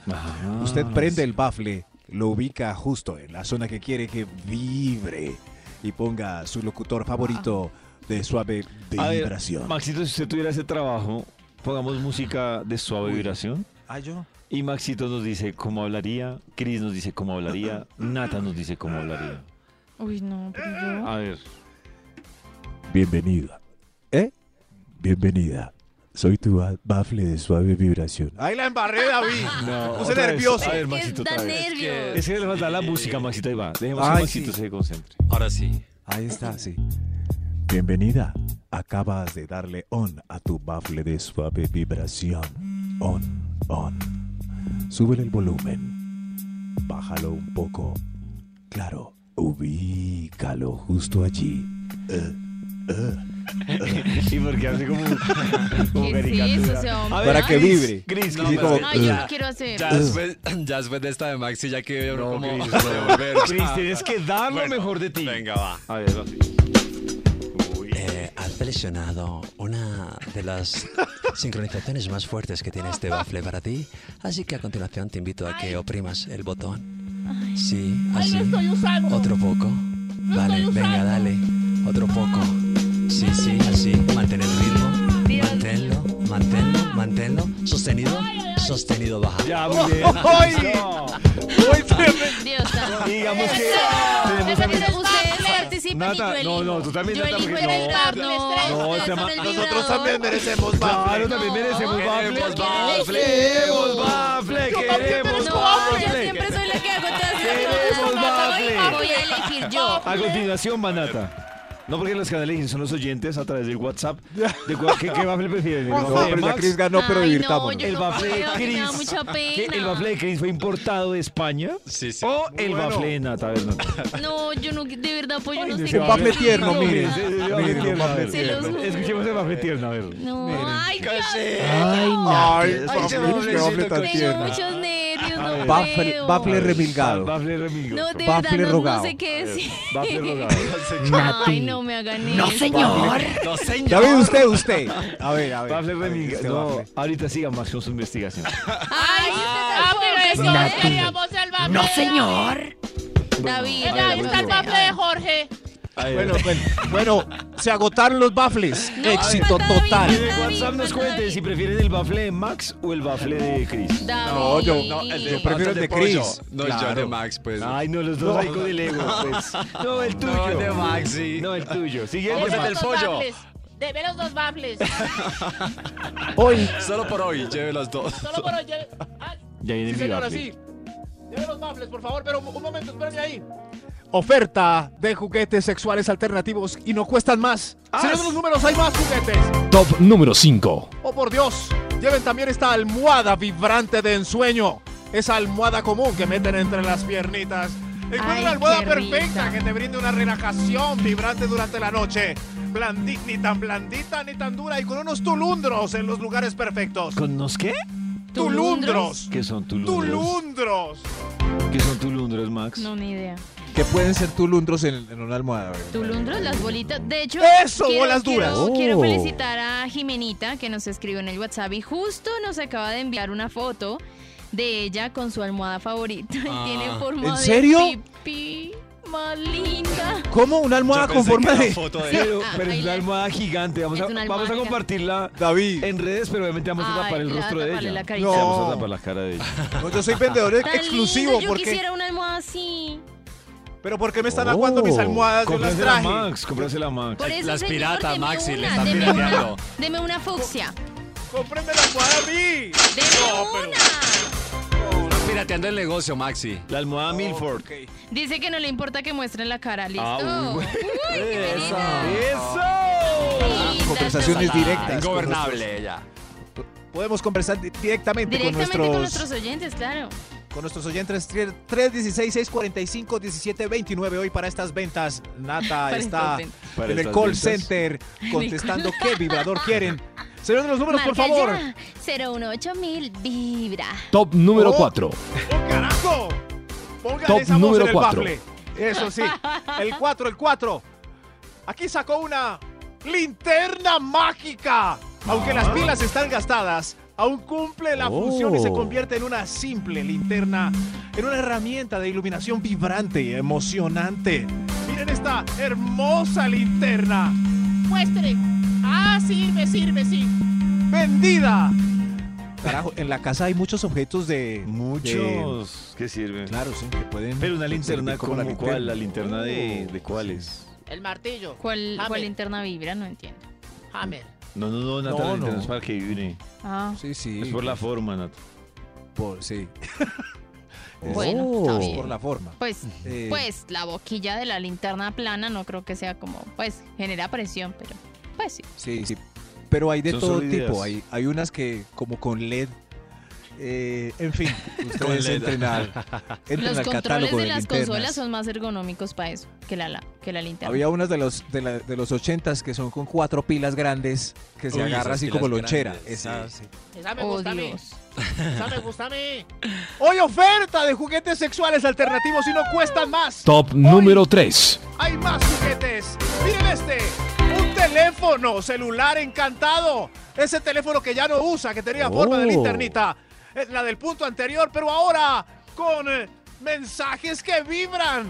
[SPEAKER 3] Usted prende el bafle, lo ubica justo en la zona que quiere que vibre y ponga su locutor favorito de suave
[SPEAKER 2] A ver,
[SPEAKER 3] vibración.
[SPEAKER 2] Maxito, si usted tuviera ese trabajo, pongamos música de suave vibración.
[SPEAKER 3] Ah, yo.
[SPEAKER 2] Y Maxito nos dice cómo hablaría, Cris nos dice cómo
[SPEAKER 3] *laughs*
[SPEAKER 2] hablaría, Nata nos dice cómo hablaría.
[SPEAKER 4] Uy, no, pero yo.
[SPEAKER 2] A ver.
[SPEAKER 10] Bienvenida.
[SPEAKER 3] ¿Eh?
[SPEAKER 10] Bienvenida. Soy tu ba- bafle de suave vibración.
[SPEAKER 8] Ahí la embarré, David.
[SPEAKER 2] *laughs* No,
[SPEAKER 8] Puse
[SPEAKER 2] otra vez.
[SPEAKER 8] nervioso.
[SPEAKER 2] A ver,
[SPEAKER 1] Es que
[SPEAKER 2] Maxito,
[SPEAKER 1] da
[SPEAKER 2] otra vez.
[SPEAKER 1] nervios.
[SPEAKER 2] Es que le falta la música, Maxito, ahí va. Dejemos que
[SPEAKER 3] Ay,
[SPEAKER 2] Maxito
[SPEAKER 3] sí.
[SPEAKER 2] se concentre.
[SPEAKER 6] Ahora sí.
[SPEAKER 3] Ahí está, sí.
[SPEAKER 10] Bienvenida. Acabas de darle on a tu bafle de suave vibración. On, on. Súbele el volumen. Bájalo un poco. Claro, ubícalo justo allí. Eh,
[SPEAKER 2] Y porque hace como, como
[SPEAKER 4] ¿Qué es
[SPEAKER 2] caricatura.
[SPEAKER 4] eso, ese hombre?
[SPEAKER 2] A
[SPEAKER 3] Para que
[SPEAKER 4] Ay,
[SPEAKER 3] vibre.
[SPEAKER 2] Cris,
[SPEAKER 6] No,
[SPEAKER 2] Cris,
[SPEAKER 6] pero-
[SPEAKER 2] Cris,
[SPEAKER 4] Ay, yo lo quiero hacer.
[SPEAKER 6] Ya después, *laughs* ya después de esta de Maxi, ya que veo
[SPEAKER 2] No,
[SPEAKER 6] como
[SPEAKER 2] Cris,
[SPEAKER 6] devolver.
[SPEAKER 2] *laughs* Cris, tienes que dar lo
[SPEAKER 6] Bueno,
[SPEAKER 2] mejor de ti.
[SPEAKER 6] Venga, va.
[SPEAKER 2] A ver, va.
[SPEAKER 11] Eh, has presionado una de las sincronizaciones más fuertes que tiene este baffle para ti, así que a continuación te invito a que oprimas el botón. Sí, así. Otro poco. Vale, venga, dale. Otro poco. Sí, sí, así. Mantén el ritmo. Manténlo, manténlo, manténlo. Sostenido, sostenido, baja.
[SPEAKER 2] Ya, muy bien.
[SPEAKER 8] ¡Ay!
[SPEAKER 2] No.
[SPEAKER 4] Dios santo.
[SPEAKER 2] Digamos que tenemos a mis-
[SPEAKER 4] Ustedes participan y yo
[SPEAKER 2] Nata, no,
[SPEAKER 4] elijo.
[SPEAKER 2] no, tú también,
[SPEAKER 4] Yo
[SPEAKER 2] Nata,
[SPEAKER 4] elijo
[SPEAKER 2] porque
[SPEAKER 4] el
[SPEAKER 2] no.
[SPEAKER 4] vibrador. No,
[SPEAKER 2] No,
[SPEAKER 4] ustedes
[SPEAKER 2] se llama-
[SPEAKER 4] son el
[SPEAKER 8] Nosotros
[SPEAKER 4] vibrador.
[SPEAKER 8] también merecemos
[SPEAKER 2] Claro,
[SPEAKER 8] bafle.
[SPEAKER 2] también merecemos bafle.
[SPEAKER 6] Queremos
[SPEAKER 4] bafle.
[SPEAKER 2] Queremos bafle, queremos
[SPEAKER 4] No, yo
[SPEAKER 2] bafle.
[SPEAKER 4] siempre soy la que hago todas esas
[SPEAKER 2] Queremos
[SPEAKER 4] cosas.
[SPEAKER 2] bafle.
[SPEAKER 4] Voy a elegir yo.
[SPEAKER 2] A continuación, Manata. No porque los canales son los oyentes a través del WhatsApp. ¿De cuál, qué, qué bafle prefieren? ¿El
[SPEAKER 3] No,
[SPEAKER 2] bafle de
[SPEAKER 3] pero ya
[SPEAKER 2] Max?
[SPEAKER 3] Cris ganó, pero
[SPEAKER 4] Ay, no,
[SPEAKER 3] divirtámonos.
[SPEAKER 4] yo-
[SPEAKER 2] ¿El bafle de
[SPEAKER 4] creo que me da
[SPEAKER 2] Cris?
[SPEAKER 4] mucha pena.
[SPEAKER 2] ¿Qué, ¿El bafle de Cris fue importado de España?
[SPEAKER 6] Sí, sí.
[SPEAKER 2] ¿O el bafle de Nata? A ver, Nata.
[SPEAKER 4] No, yo no, de verdad, pues yo no sé.
[SPEAKER 2] Ay,
[SPEAKER 4] qué
[SPEAKER 3] un bafle
[SPEAKER 4] elegir.
[SPEAKER 3] tierno,
[SPEAKER 4] No,
[SPEAKER 3] miren.
[SPEAKER 4] ¿verdad?
[SPEAKER 3] Miren, un bafle
[SPEAKER 4] Se los juro.
[SPEAKER 2] Escuchemos el bafle tierno, a ver.
[SPEAKER 4] No, ay, Dios
[SPEAKER 3] Ay,
[SPEAKER 8] Ay,
[SPEAKER 3] Nata,
[SPEAKER 8] ese
[SPEAKER 3] qué
[SPEAKER 8] baflecito
[SPEAKER 3] bafle tan
[SPEAKER 4] Tengo
[SPEAKER 3] tierno.
[SPEAKER 4] muchos nervios, no
[SPEAKER 3] Bafle,
[SPEAKER 4] puedo.
[SPEAKER 3] bafle
[SPEAKER 2] Ah,
[SPEAKER 3] remilgado.
[SPEAKER 2] Bafle remigo.
[SPEAKER 4] No, de
[SPEAKER 3] bafle
[SPEAKER 4] verdad, no, no
[SPEAKER 3] rogado.
[SPEAKER 4] sé qué decir. *laughs*
[SPEAKER 2] Bafle rogado.
[SPEAKER 4] Ay, no me hagan eso.
[SPEAKER 1] No, señor.
[SPEAKER 6] No, señor.
[SPEAKER 3] David, usted, usted. A ver, a ver.
[SPEAKER 2] Bafle
[SPEAKER 3] a ver,
[SPEAKER 2] remigo.
[SPEAKER 3] este
[SPEAKER 2] no,
[SPEAKER 3] bafle.
[SPEAKER 2] ahorita siga Max con su investigación.
[SPEAKER 4] Ay,
[SPEAKER 5] Ah, pero
[SPEAKER 4] no,
[SPEAKER 5] entonces queríamos el bafle.
[SPEAKER 1] No,
[SPEAKER 5] de-
[SPEAKER 1] señor.
[SPEAKER 4] David,
[SPEAKER 5] Eh, Ahí está el bafle de Jorge.
[SPEAKER 8] Bueno,
[SPEAKER 2] pues,
[SPEAKER 8] bueno, bueno, se agotaron los bafles. Éxito
[SPEAKER 4] falta David.
[SPEAKER 8] total.
[SPEAKER 2] En el WhatsApp nos cuenten si prefieren el bafle de Max o el bafle de Chris.
[SPEAKER 4] David.
[SPEAKER 3] No, yo- no, el de-
[SPEAKER 6] Max,
[SPEAKER 3] prefiero el de
[SPEAKER 6] pollo.
[SPEAKER 3] Chris,
[SPEAKER 6] No, yo
[SPEAKER 3] claro.
[SPEAKER 6] de Max, pues.
[SPEAKER 2] Ay, no, los dos ahí con el ego. pues. No, el tuyo.
[SPEAKER 6] no, el de Maxi.
[SPEAKER 2] No, el tuyo. Siguiente.
[SPEAKER 5] Deme
[SPEAKER 6] Vamos a-
[SPEAKER 2] Max.
[SPEAKER 6] el
[SPEAKER 5] los dos
[SPEAKER 6] pollo.
[SPEAKER 5] bafles. Deme los dos bafles.
[SPEAKER 8] Hoy.
[SPEAKER 6] Solo por hoy, lleve las dos.
[SPEAKER 5] Solo por hoy. lleve- Ah,
[SPEAKER 2] Ya viene
[SPEAKER 5] sí,
[SPEAKER 2] mi
[SPEAKER 5] señora,
[SPEAKER 2] bafle.
[SPEAKER 5] sí. Deme los bafles, por favor, pero un un momento, espérame ahí.
[SPEAKER 8] Oferta de juguetes sexuales alternativos y no cuestan más.
[SPEAKER 5] Ah,
[SPEAKER 8] Según los números, hay más juguetes.
[SPEAKER 9] Top número 5.
[SPEAKER 8] Oh, por Dios. Lleven también esta almohada vibrante de ensueño. Esa almohada común que meten entre las piernitas. Encuentra
[SPEAKER 4] Ay,
[SPEAKER 8] una almohada
[SPEAKER 4] qué
[SPEAKER 8] perfecta
[SPEAKER 4] rica.
[SPEAKER 8] que te brinde una relajación vibrante durante la noche. Blandita, ni tan blandita ni tan dura y con unos tulundros en los lugares perfectos.
[SPEAKER 2] ¿Con nos qué?
[SPEAKER 8] Tulundros.
[SPEAKER 2] ¿Qué son tulundros?
[SPEAKER 8] Tulundros.
[SPEAKER 2] ¿Qué son tulundros, Max?
[SPEAKER 4] No, ni idea.
[SPEAKER 3] Que pueden ser tulundros en, en una almohada. a ver.
[SPEAKER 4] Tulundros, las bolitas. De hecho,
[SPEAKER 8] ¡Eso, bolas duras!
[SPEAKER 4] Quiero,
[SPEAKER 10] Oh.
[SPEAKER 4] quiero felicitar a Jimenita que nos escribió en el WhatsApp y justo nos acaba de enviar una foto de ella con su almohada favorita *laughs* y
[SPEAKER 6] Ah.
[SPEAKER 4] tiene forma
[SPEAKER 3] ¿en
[SPEAKER 4] de
[SPEAKER 3] serio?
[SPEAKER 4] pipí más linda.
[SPEAKER 3] ¿Cómo? ¿Una almohada
[SPEAKER 6] Yo
[SPEAKER 3] con
[SPEAKER 6] pensé que
[SPEAKER 3] forma
[SPEAKER 6] era
[SPEAKER 3] de.?
[SPEAKER 6] foto
[SPEAKER 4] *laughs*
[SPEAKER 6] de-
[SPEAKER 2] Pero,
[SPEAKER 4] Ah,
[SPEAKER 2] pero es
[SPEAKER 4] ahí
[SPEAKER 2] una
[SPEAKER 4] la-
[SPEAKER 2] almohada gigante. Vamos,
[SPEAKER 4] Es
[SPEAKER 2] a,
[SPEAKER 4] una
[SPEAKER 2] vamos a
[SPEAKER 4] almohada
[SPEAKER 2] compartirla
[SPEAKER 3] David.
[SPEAKER 2] en redes, pero obviamente vamos a
[SPEAKER 4] Ay,
[SPEAKER 2] tapar el
[SPEAKER 4] le va a
[SPEAKER 2] rostro de
[SPEAKER 4] taparle
[SPEAKER 2] ella.
[SPEAKER 4] la carita.
[SPEAKER 2] Le Vamos
[SPEAKER 3] No.
[SPEAKER 2] a tapar la cara de ella.
[SPEAKER 3] No, yo soy vendedor
[SPEAKER 4] Tan
[SPEAKER 3] exclusivo.
[SPEAKER 4] lindo, yo
[SPEAKER 3] porque,
[SPEAKER 4] quisiera una almohada así.
[SPEAKER 8] Pero ¿por qué me están aguando
[SPEAKER 6] Oh,
[SPEAKER 8] mis almohadas? Yo las
[SPEAKER 2] Oh, Cómprasela a
[SPEAKER 8] traje.
[SPEAKER 2] Max, cómprasela a Max.
[SPEAKER 4] Por eso,
[SPEAKER 6] las
[SPEAKER 4] señor,
[SPEAKER 6] piratas,
[SPEAKER 4] deme
[SPEAKER 6] Maxi, le
[SPEAKER 4] una,
[SPEAKER 6] están
[SPEAKER 4] deme una,
[SPEAKER 6] pirateando.
[SPEAKER 4] Deme una fucsia.
[SPEAKER 8] ¡Cómprenme la almohada a mí!
[SPEAKER 4] Deme una.
[SPEAKER 6] Estás pirateando el negocio, Maxi.
[SPEAKER 2] La almohada Milford.
[SPEAKER 4] Dice que no le importa que muestren la cara, listo.
[SPEAKER 2] Ah, uy,
[SPEAKER 4] Uy, qué linda.
[SPEAKER 2] ¡Eso!
[SPEAKER 4] Linda,
[SPEAKER 3] Conversaciones
[SPEAKER 4] esta
[SPEAKER 3] directas.
[SPEAKER 6] Ingobernable ella.
[SPEAKER 3] Podemos conversar di- directamente,
[SPEAKER 4] Directamente
[SPEAKER 3] con, nuestros,
[SPEAKER 4] con nuestros oyentes, claro.
[SPEAKER 3] con nuestros oyentes. tre- 316-645-1729 hoy para estas ventas. Nata
[SPEAKER 4] *laughs* Para
[SPEAKER 3] está
[SPEAKER 4] estas ventas.
[SPEAKER 2] Para
[SPEAKER 3] en el
[SPEAKER 2] estas
[SPEAKER 3] call
[SPEAKER 2] ventas.
[SPEAKER 3] center contestando qué vibrador quieren. Señor de los números, por
[SPEAKER 4] Marca
[SPEAKER 3] favor.
[SPEAKER 4] ya, 018000 vibra.
[SPEAKER 9] Top número
[SPEAKER 8] Oh.
[SPEAKER 9] 4.
[SPEAKER 8] ¡Oh, carajo! Póngale
[SPEAKER 9] Top
[SPEAKER 8] esa voz
[SPEAKER 9] número
[SPEAKER 8] en el
[SPEAKER 9] cuatro.
[SPEAKER 8] bafle. Eso sí. El 4, el 4. Aquí sacó una linterna mágica. Aunque
[SPEAKER 9] Ah.
[SPEAKER 8] las pilas están gastadas, aún cumple la función y se
[SPEAKER 10] Oh.
[SPEAKER 8] convierte en una simple linterna, en una herramienta de iluminación vibrante y emocionante. Mire Miren esta hermosa linterna.
[SPEAKER 5] Muestre. Ah, sirve, sirve, sí.
[SPEAKER 8] ¡Vendida!
[SPEAKER 3] Carajo, en la casa hay muchos objetos de.
[SPEAKER 2] Muchos. Eh, ¿Qué sirven?
[SPEAKER 3] Claro, sí, que pueden.
[SPEAKER 2] Pero una linterna
[SPEAKER 3] servir como
[SPEAKER 2] como
[SPEAKER 3] la
[SPEAKER 2] cuál, la
[SPEAKER 3] linterna. Oh,
[SPEAKER 2] linterna de, de cuáles.
[SPEAKER 5] El martillo.
[SPEAKER 4] ¿Cuál,
[SPEAKER 5] Hammer.
[SPEAKER 4] ¿Cuál linterna vibra? No entiendo.
[SPEAKER 5] Hammer.
[SPEAKER 2] No, no, no, Nata,
[SPEAKER 3] No,
[SPEAKER 2] la linterna
[SPEAKER 3] no.
[SPEAKER 2] es para que vibre.
[SPEAKER 4] Ah,
[SPEAKER 3] Sí, sí.
[SPEAKER 2] Es por la forma, Nata.
[SPEAKER 3] Por, sí.
[SPEAKER 4] *laughs* Bueno, está
[SPEAKER 3] Es
[SPEAKER 4] bien.
[SPEAKER 3] por la forma.
[SPEAKER 4] pues,
[SPEAKER 3] Eh,
[SPEAKER 4] pues la boquilla de la linterna plana no creo que sea como, pues, genera presión, pero pues sí.
[SPEAKER 3] Sí, sí. Pero hay de
[SPEAKER 2] Son
[SPEAKER 3] todo
[SPEAKER 2] solo ideas.
[SPEAKER 3] tipo. Hay, hay unas que, como con LED. eh, en fin,
[SPEAKER 2] *laughs* Con E
[SPEAKER 3] ustedes
[SPEAKER 2] LED.
[SPEAKER 3] entren
[SPEAKER 2] *laughs*
[SPEAKER 3] al, entren
[SPEAKER 4] Los
[SPEAKER 3] al
[SPEAKER 4] controles
[SPEAKER 3] catálogo
[SPEAKER 4] de
[SPEAKER 3] de
[SPEAKER 4] las
[SPEAKER 3] linternas.
[SPEAKER 4] consolas son más ergonómicos para eso que la, la- que la linterna.
[SPEAKER 3] Había unas de los de, la- de los ochentas que son con cuatro pilas grandes que se
[SPEAKER 6] Uy,
[SPEAKER 3] agarra
[SPEAKER 6] esas
[SPEAKER 3] así
[SPEAKER 6] pilas
[SPEAKER 3] como lonchera.
[SPEAKER 6] grandes,
[SPEAKER 2] Ah,
[SPEAKER 3] Esa,
[SPEAKER 6] sí.
[SPEAKER 5] Esa me
[SPEAKER 4] Oh,
[SPEAKER 5] gusta a mí.
[SPEAKER 4] Dios.
[SPEAKER 5] Esa me gusta a mí.
[SPEAKER 8] Hoy oferta de juguetes sexuales alternativos y no cuestan más.
[SPEAKER 9] Top número 3.
[SPEAKER 8] Hay más juguetes. Miren este. Un teléfono celular encantado. Ese teléfono que ya no usa, que tenía forma de
[SPEAKER 9] Oh.
[SPEAKER 8] linternita. Eh, La del punto anterior, pero ahora con eh, mensajes que vibran.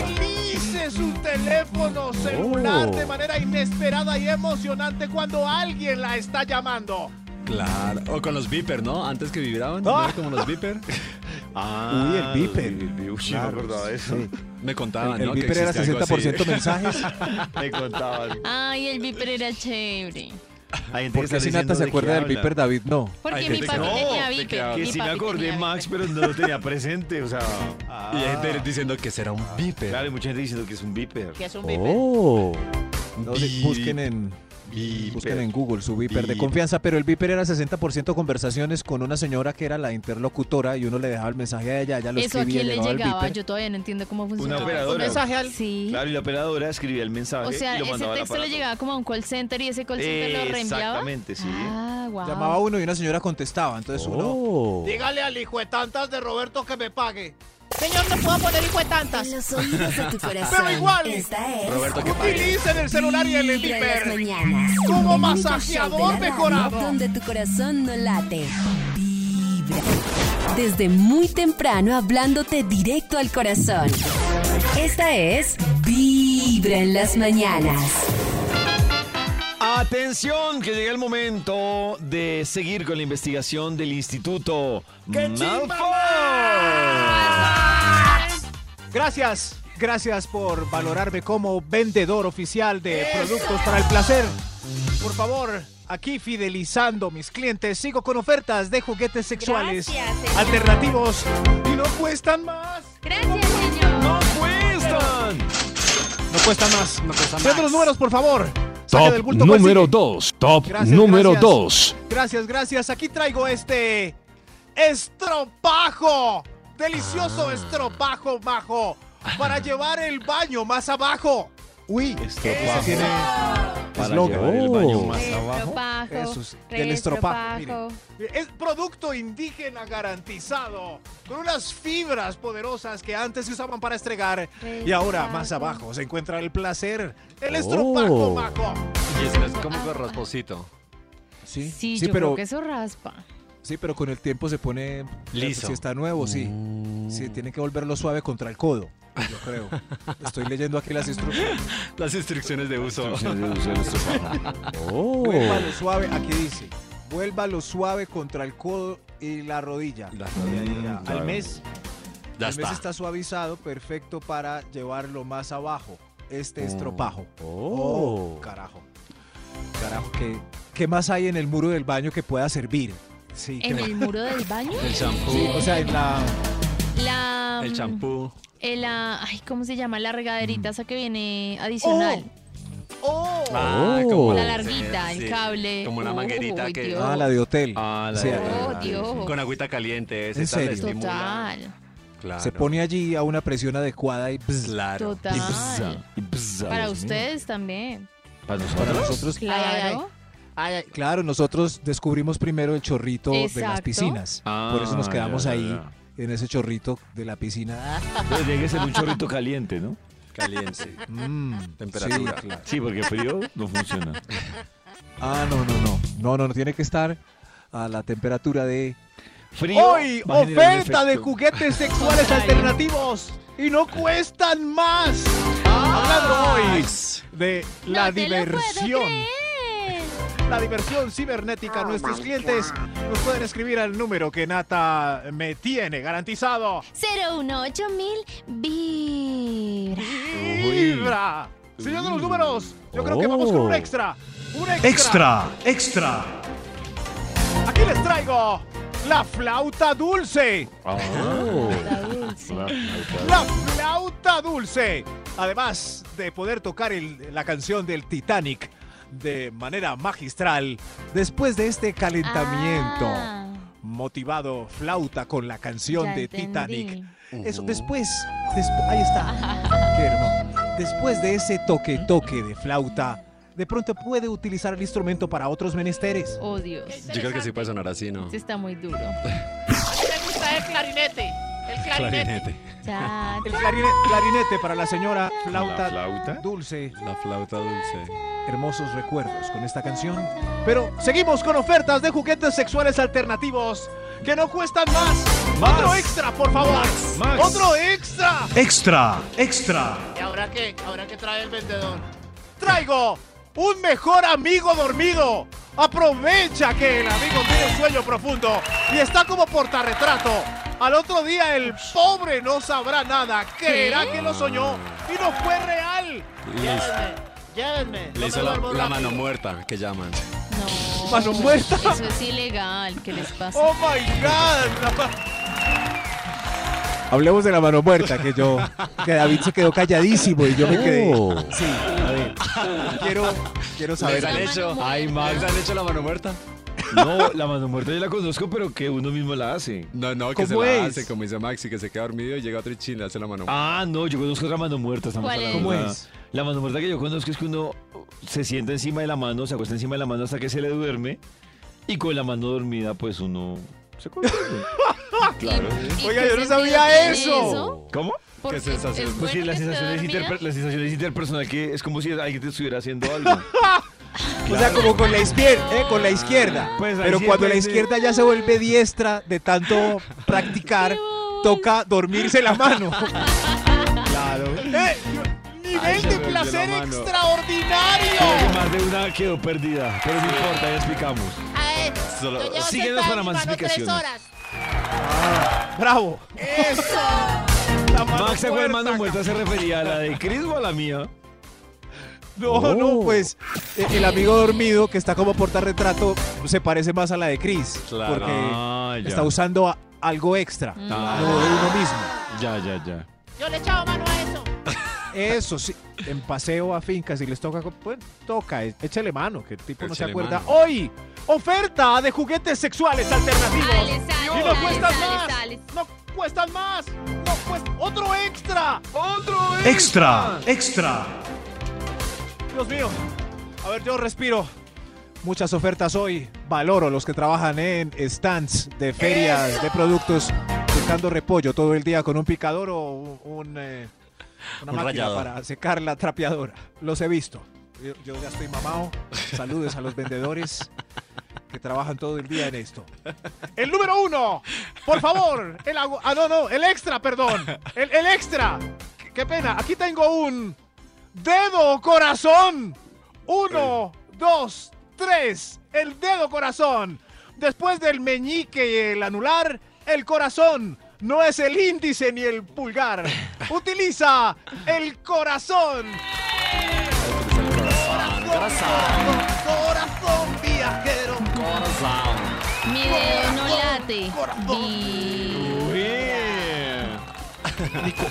[SPEAKER 8] Utilice su teléfono celular
[SPEAKER 11] Oh.
[SPEAKER 8] de manera inesperada y emocionante cuando alguien la está llamando.
[SPEAKER 6] Claro. O con los beeper, ¿no? Antes que vibraban, ¿no?
[SPEAKER 8] Ah.
[SPEAKER 6] Como los beeper.
[SPEAKER 2] Ah,
[SPEAKER 3] Uy, el beeper.
[SPEAKER 2] el beeper. Uy,
[SPEAKER 3] Claro,
[SPEAKER 2] no me acordaba de eso.
[SPEAKER 3] sí.
[SPEAKER 6] Me
[SPEAKER 2] Ah,
[SPEAKER 6] contaban,
[SPEAKER 3] El
[SPEAKER 6] ¿no?
[SPEAKER 3] beeper era 60% mensajes.
[SPEAKER 2] *laughs* Me contaban.
[SPEAKER 4] Ay, el viper era chévere.
[SPEAKER 2] Hay gente que
[SPEAKER 3] Porque
[SPEAKER 2] está
[SPEAKER 3] si Nata
[SPEAKER 2] diciendo
[SPEAKER 3] se
[SPEAKER 2] de qué
[SPEAKER 3] acuerda del
[SPEAKER 2] hablan.
[SPEAKER 3] Viper, David no.
[SPEAKER 4] Porque
[SPEAKER 6] Ay,
[SPEAKER 4] mi
[SPEAKER 6] te
[SPEAKER 4] papi
[SPEAKER 6] quedaba-
[SPEAKER 4] tenía
[SPEAKER 6] te
[SPEAKER 4] viper.
[SPEAKER 6] quedaba-
[SPEAKER 4] mi
[SPEAKER 2] Que sí me
[SPEAKER 4] papi
[SPEAKER 2] acordé,
[SPEAKER 4] tenía
[SPEAKER 2] Max,
[SPEAKER 4] viper.
[SPEAKER 2] pero no lo tenía presente. O
[SPEAKER 4] *laughs*
[SPEAKER 2] sea,
[SPEAKER 6] *laughs*
[SPEAKER 2] ah.
[SPEAKER 6] Y hay gente diciendo que será un beeper.
[SPEAKER 2] claro, hay mucha gente diciendo que es un beeper.
[SPEAKER 5] Que es un viper.
[SPEAKER 11] Oh.
[SPEAKER 3] No sé,
[SPEAKER 6] Beep,
[SPEAKER 3] busquen en
[SPEAKER 6] beeper.
[SPEAKER 3] busquen en Google su Viper de
[SPEAKER 6] Beep.
[SPEAKER 3] confianza, pero el Viper era 60% conversaciones con una señora que era la interlocutora y uno le dejaba el mensaje a ella, ella lo
[SPEAKER 4] Eso a
[SPEAKER 3] escribía,
[SPEAKER 4] quién le
[SPEAKER 3] llegaba al
[SPEAKER 4] llegaba,
[SPEAKER 3] Viper.
[SPEAKER 4] yo todavía no entiendo cómo funciona.
[SPEAKER 2] operadora.
[SPEAKER 5] Un mensaje al.
[SPEAKER 4] Sí.
[SPEAKER 2] Claro, y la operadora escribía el
[SPEAKER 6] Ah,
[SPEAKER 2] mensaje
[SPEAKER 4] O sea,
[SPEAKER 2] y lo
[SPEAKER 4] ese
[SPEAKER 2] mandaba al
[SPEAKER 4] texto le
[SPEAKER 2] aparato.
[SPEAKER 4] llegaba como a un call center y ese call center lo reenviaba.
[SPEAKER 2] Exactamente, sí.
[SPEAKER 4] Ah, wow.
[SPEAKER 3] Llamaba uno y una señora contestaba, entonces uno
[SPEAKER 11] Oh.
[SPEAKER 5] Dígale al hijo de tantas de Roberto que me pague. Señor, no puedo poner hijo de tantas.
[SPEAKER 1] En los oídos de tu corazón.
[SPEAKER 8] *laughs* Pero igual,
[SPEAKER 1] Esta es
[SPEAKER 6] Roberto, ¿qué pasa?
[SPEAKER 8] Utilicen el celular y el
[SPEAKER 1] Vibra en las
[SPEAKER 8] viper.
[SPEAKER 1] mañanas.
[SPEAKER 8] Como
[SPEAKER 1] El único show
[SPEAKER 8] masajeador
[SPEAKER 1] de la radio
[SPEAKER 8] mejorado.
[SPEAKER 1] Donde tu corazón no late. Vibra. Desde muy temprano hablándote directo al corazón. Esta es Vibra en las mañanas.
[SPEAKER 2] Atención, que llega el momento de seguir con la investigación del Instituto
[SPEAKER 8] Gracias, gracias por valorarme como vendedor oficial de productos para el placer. Por favor, aquí fidelizando mis clientes, sigo con ofertas de juguetes sexuales
[SPEAKER 4] Gracias, señor.
[SPEAKER 8] alternativos y no cuestan más.
[SPEAKER 4] Gracias, señor.
[SPEAKER 2] cuestan!
[SPEAKER 8] No cuestan más. No cuestan más. los números, por favor. Saque del
[SPEAKER 9] Top
[SPEAKER 8] bulto,
[SPEAKER 9] número
[SPEAKER 8] pues, sí.
[SPEAKER 9] 2. Top
[SPEAKER 8] Gracias,
[SPEAKER 9] número
[SPEAKER 8] gracias.
[SPEAKER 9] 2.
[SPEAKER 8] Gracias, gracias. Aquí traigo este estropajo. Delicioso
[SPEAKER 2] Ah.
[SPEAKER 8] estropajo bajo para llevar el baño más abajo.
[SPEAKER 3] Uy,
[SPEAKER 2] Estropajo.
[SPEAKER 3] tiene-
[SPEAKER 2] Para
[SPEAKER 3] es loco.
[SPEAKER 2] llevar el
[SPEAKER 8] Oh.
[SPEAKER 2] baño más abajo.
[SPEAKER 4] Estropajo.
[SPEAKER 3] Eso es del
[SPEAKER 4] reestropajo.
[SPEAKER 3] estropajo,
[SPEAKER 8] Es producto indígena garantizado, con unas fibras poderosas que antes se usaban para estregar y ahora más abajo se encuentra el placer, el estropajo
[SPEAKER 11] Oh.
[SPEAKER 8] majo.
[SPEAKER 6] Y ese es como con rasposito.
[SPEAKER 3] sí,
[SPEAKER 4] Sí,
[SPEAKER 3] sí,
[SPEAKER 4] yo
[SPEAKER 3] pero
[SPEAKER 4] creo que eso raspa.
[SPEAKER 3] sí, pero con el tiempo se pone
[SPEAKER 6] Liso.
[SPEAKER 3] Si está nuevo, sí. Sí, tiene que volverlo suave contra el codo, yo creo. Estoy leyendo aquí las instrucciones.
[SPEAKER 6] Las instrucciones de uso. *laughs*
[SPEAKER 11] Oh.
[SPEAKER 3] Vuélvalo suave, aquí dice. Vuélvalo suave contra el codo y la rodilla.
[SPEAKER 6] La
[SPEAKER 3] Y ahí ya,
[SPEAKER 2] claro.
[SPEAKER 3] Al mes,
[SPEAKER 6] Ya
[SPEAKER 3] al mes
[SPEAKER 6] está.
[SPEAKER 3] está suavizado, perfecto para llevarlo más abajo. Este estropajo.
[SPEAKER 11] Oh.
[SPEAKER 3] carajo. Carajo, ¿qué, ¿qué más hay en el muro del baño que pueda servir? Sí,
[SPEAKER 4] ¿En
[SPEAKER 3] que-
[SPEAKER 4] el muro del baño?
[SPEAKER 6] El champú.
[SPEAKER 3] sí, o sea, en la.
[SPEAKER 4] La.
[SPEAKER 6] El champú. Mm.
[SPEAKER 4] el, ah, ay, ¿cómo se llama? La regaderita esa que viene adicional.
[SPEAKER 8] ¡Oh!
[SPEAKER 6] Ah, como
[SPEAKER 4] La larguita,
[SPEAKER 6] sí,
[SPEAKER 4] el
[SPEAKER 6] sí.
[SPEAKER 4] cable.
[SPEAKER 6] Como una
[SPEAKER 4] Uy,
[SPEAKER 6] manguerita que.
[SPEAKER 4] Dios.
[SPEAKER 3] Ah, la de hotel.
[SPEAKER 2] Oh. Ah, la
[SPEAKER 3] Sí,
[SPEAKER 2] de-
[SPEAKER 4] Oh, Dios.
[SPEAKER 6] Con agüita caliente, ese
[SPEAKER 3] ¿En
[SPEAKER 6] tal
[SPEAKER 3] serio?
[SPEAKER 6] estimula.
[SPEAKER 4] Total.
[SPEAKER 6] Claro.
[SPEAKER 3] Se pone allí a una presión adecuada y. pues, bzz,
[SPEAKER 6] Claro.
[SPEAKER 4] Total. Para ustedes también.
[SPEAKER 2] Para
[SPEAKER 3] para
[SPEAKER 2] nosotros.
[SPEAKER 3] nosotros.
[SPEAKER 4] Claro.
[SPEAKER 5] Ay, ay.
[SPEAKER 3] Claro, nosotros descubrimos primero el chorrito de las
[SPEAKER 4] Exacto.
[SPEAKER 3] piscinas.
[SPEAKER 2] Ah,
[SPEAKER 3] Por eso nos quedamos
[SPEAKER 2] ya, ya,
[SPEAKER 3] ahí,
[SPEAKER 2] ya.
[SPEAKER 3] en ese chorrito de la
[SPEAKER 4] *laughs*
[SPEAKER 3] piscina.
[SPEAKER 2] Pero tiene que ser un chorrito caliente, ¿no?
[SPEAKER 6] Caliente.
[SPEAKER 3] Mm,
[SPEAKER 6] Temperatura.
[SPEAKER 3] sí, claro.
[SPEAKER 2] Sí, porque frío no funciona.
[SPEAKER 3] Ah, no, no, no. No, no, no. Tiene que estar a la temperatura de.
[SPEAKER 2] Frío.
[SPEAKER 8] Hoy
[SPEAKER 2] va a generar un
[SPEAKER 8] oferta de
[SPEAKER 2] efecto.
[SPEAKER 8] juguetes sexuales alternativos y no cuestan más. Hablando hoy de la
[SPEAKER 4] No te lo puedo
[SPEAKER 8] diversión. La diversión cibernética. Nuestros clientes nos pueden escribir al número que Nata me tiene garantizado.
[SPEAKER 4] 018 mil vibra.
[SPEAKER 8] Libra. Señor de los números, yo creo que vamos con un
[SPEAKER 12] Oh.
[SPEAKER 8] extra. Un extra.
[SPEAKER 12] Extra, extra.
[SPEAKER 8] Aquí les traigo la flauta dulce. La flauta dulce. Además de poder tocar el- la canción del Titanic de manera magistral, después de este
[SPEAKER 4] Ah,
[SPEAKER 8] calentamiento, motivado flauta con la canción
[SPEAKER 3] Ah. Ya
[SPEAKER 8] de
[SPEAKER 3] entendí.
[SPEAKER 8] Titanic. Eso después, despu- ahí está. Qué hermoso. Después de ese toque toque de flauta, de pronto puede utilizar el instrumento para otros menesteres.
[SPEAKER 4] Oh, Dios.
[SPEAKER 6] Yo creo que sí puede sonar así, ¿no?
[SPEAKER 4] Sí está muy duro.
[SPEAKER 5] Me gusta el clarinete. El clarinete.
[SPEAKER 4] Cha,
[SPEAKER 8] El
[SPEAKER 4] cha.
[SPEAKER 8] clarine- clarinete para la señora flauta,
[SPEAKER 6] ¿La flauta?
[SPEAKER 8] dulce.
[SPEAKER 6] La flauta dulce.
[SPEAKER 8] Hermosos recuerdos con esta canción. Pero seguimos con ofertas de juguetes sexuales alternativos que no cuestan más.
[SPEAKER 12] Más.
[SPEAKER 8] Otro extra, por favor.
[SPEAKER 12] Más.
[SPEAKER 8] Otro extra.
[SPEAKER 12] Extra, extra.
[SPEAKER 5] ¿Y ahora qué? ¿Ahora qué trae el vendedor?
[SPEAKER 8] Traigo un mejor amigo dormido. Aprovecha que el amigo tiene un sueño profundo y está como portarretrato. Al otro día el pobre no sabrá nada, creerá que lo soñó y no fue real.
[SPEAKER 6] Listo.
[SPEAKER 5] Llévenme.
[SPEAKER 6] Le hizo la, la mano muerta que llaman.
[SPEAKER 4] No.
[SPEAKER 8] Mano muerta.
[SPEAKER 4] Eso es ilegal. ¿Qué les pasa?
[SPEAKER 8] Oh my God. La pa-
[SPEAKER 3] Hablemos de la mano muerta, que yo, que David se quedó calladísimo y yo me quedé.
[SPEAKER 10] Oh.
[SPEAKER 3] Sí, a ver. Quiero, quiero saber.
[SPEAKER 6] ¿Les han hecho?
[SPEAKER 2] Ay, Max.
[SPEAKER 6] ¿Les han hecho la mano muerta?
[SPEAKER 2] No, la mano muerta yo la conozco, pero que uno mismo la hace.
[SPEAKER 6] No, no, que se
[SPEAKER 2] ¿Cómo
[SPEAKER 6] la
[SPEAKER 2] es?
[SPEAKER 6] hace, como dice Maxi, que se queda dormido y llega otro y chin, le hace la mano muerta.
[SPEAKER 2] Ah, no, yo conozco otra mano muerta. estamos
[SPEAKER 4] ¿Cuál
[SPEAKER 2] hablando
[SPEAKER 4] es?
[SPEAKER 2] de
[SPEAKER 4] ¿Cómo
[SPEAKER 2] la-
[SPEAKER 4] es?
[SPEAKER 2] La mano muerta que yo conozco es que uno se sienta encima de la mano, se acuesta encima de la mano hasta que se le duerme y con la mano dormida, pues uno se acuerda. claro.
[SPEAKER 4] ¿Y
[SPEAKER 8] Oiga,
[SPEAKER 4] qué
[SPEAKER 8] yo no
[SPEAKER 4] sentido
[SPEAKER 8] sabía
[SPEAKER 4] tiene
[SPEAKER 8] eso.
[SPEAKER 2] ¿Cómo?
[SPEAKER 4] Porque es sensación?
[SPEAKER 2] Pues sí,
[SPEAKER 4] bueno
[SPEAKER 2] la
[SPEAKER 4] que esté
[SPEAKER 2] sensación, es
[SPEAKER 4] dormida.
[SPEAKER 2] interper- la sensación es interpersonal que es como si alguien te estuviera haciendo
[SPEAKER 4] *laughs*
[SPEAKER 2] algo.
[SPEAKER 3] O sea, como con la izquierda, eh, con la izquierda.
[SPEAKER 2] Pues ahí
[SPEAKER 3] Pero
[SPEAKER 2] sí
[SPEAKER 3] cuando la
[SPEAKER 2] depende.
[SPEAKER 3] izquierda ya se vuelve diestra de tanto practicar, toca dormirse la
[SPEAKER 2] *laughs*
[SPEAKER 3] mano.
[SPEAKER 2] Claro.
[SPEAKER 8] Eh, nivel
[SPEAKER 2] Ay, se
[SPEAKER 8] de
[SPEAKER 2] me olvidó
[SPEAKER 8] placer
[SPEAKER 2] la mano.
[SPEAKER 8] extraordinario.
[SPEAKER 2] Creo que más de una quedó perdida, pero no importa, ya explicamos.
[SPEAKER 5] A ver,
[SPEAKER 2] Solo-
[SPEAKER 5] yo llevo
[SPEAKER 2] síguenos
[SPEAKER 5] sentada
[SPEAKER 2] para
[SPEAKER 5] en mi
[SPEAKER 2] más
[SPEAKER 5] mano tres
[SPEAKER 2] explicaciones.
[SPEAKER 5] horas.
[SPEAKER 8] Bravo. La mano
[SPEAKER 2] Max sacó de
[SPEAKER 8] muerta.
[SPEAKER 2] mano muerta se refería a la de Chris o a la mía.
[SPEAKER 3] No, no, pues eh, el amigo dormido que está como portarretrato se parece más a la de Chris.
[SPEAKER 2] Claro.
[SPEAKER 3] Porque
[SPEAKER 2] Ah, ya. Ah.
[SPEAKER 3] está usando a- algo extra, no de uno mismo.
[SPEAKER 2] Ya, ya, ya.
[SPEAKER 5] Yo le echaba mano a eso.
[SPEAKER 3] Eso sí, en paseo a fincas y les toca, co- pues toca, eh, échale mano, que el tipo no se
[SPEAKER 8] Échale
[SPEAKER 3] acuerda.
[SPEAKER 8] mano. Hoy, oferta de juguetes sexuales alternativos.
[SPEAKER 4] Sale, sale,
[SPEAKER 8] y no
[SPEAKER 4] sale,
[SPEAKER 8] cuestan
[SPEAKER 4] sale,
[SPEAKER 8] más.
[SPEAKER 4] sale.
[SPEAKER 8] No cuestan más. No cuesta. Otro extra. Otro
[SPEAKER 12] Extra, extra.
[SPEAKER 8] Dios mío. A ver, yo respiro.
[SPEAKER 3] Muchas ofertas hoy. Valoro los que trabajan en stands de ferias de productos, buscando repollo todo el día con un picador o un, un, eh, una
[SPEAKER 6] Un
[SPEAKER 3] máquina
[SPEAKER 6] rallador.
[SPEAKER 3] para secar la trapeadora. Los he visto. Yo, yo ya estoy mamado. Saludos a los vendedores que trabajan todo el día en esto.
[SPEAKER 8] El número uno. Por favor. El agu- ah, no, no. El extra, perdón. El, el extra. Qué, qué pena. Aquí tengo un dedo corazón. Uno, dos, tres. El dedo corazón. Después del meñique y el anular, el corazón. No es el índice ni el pulgar. Utiliza el corazón. Corazón viajero.
[SPEAKER 4] Mi dedo no late. Vi-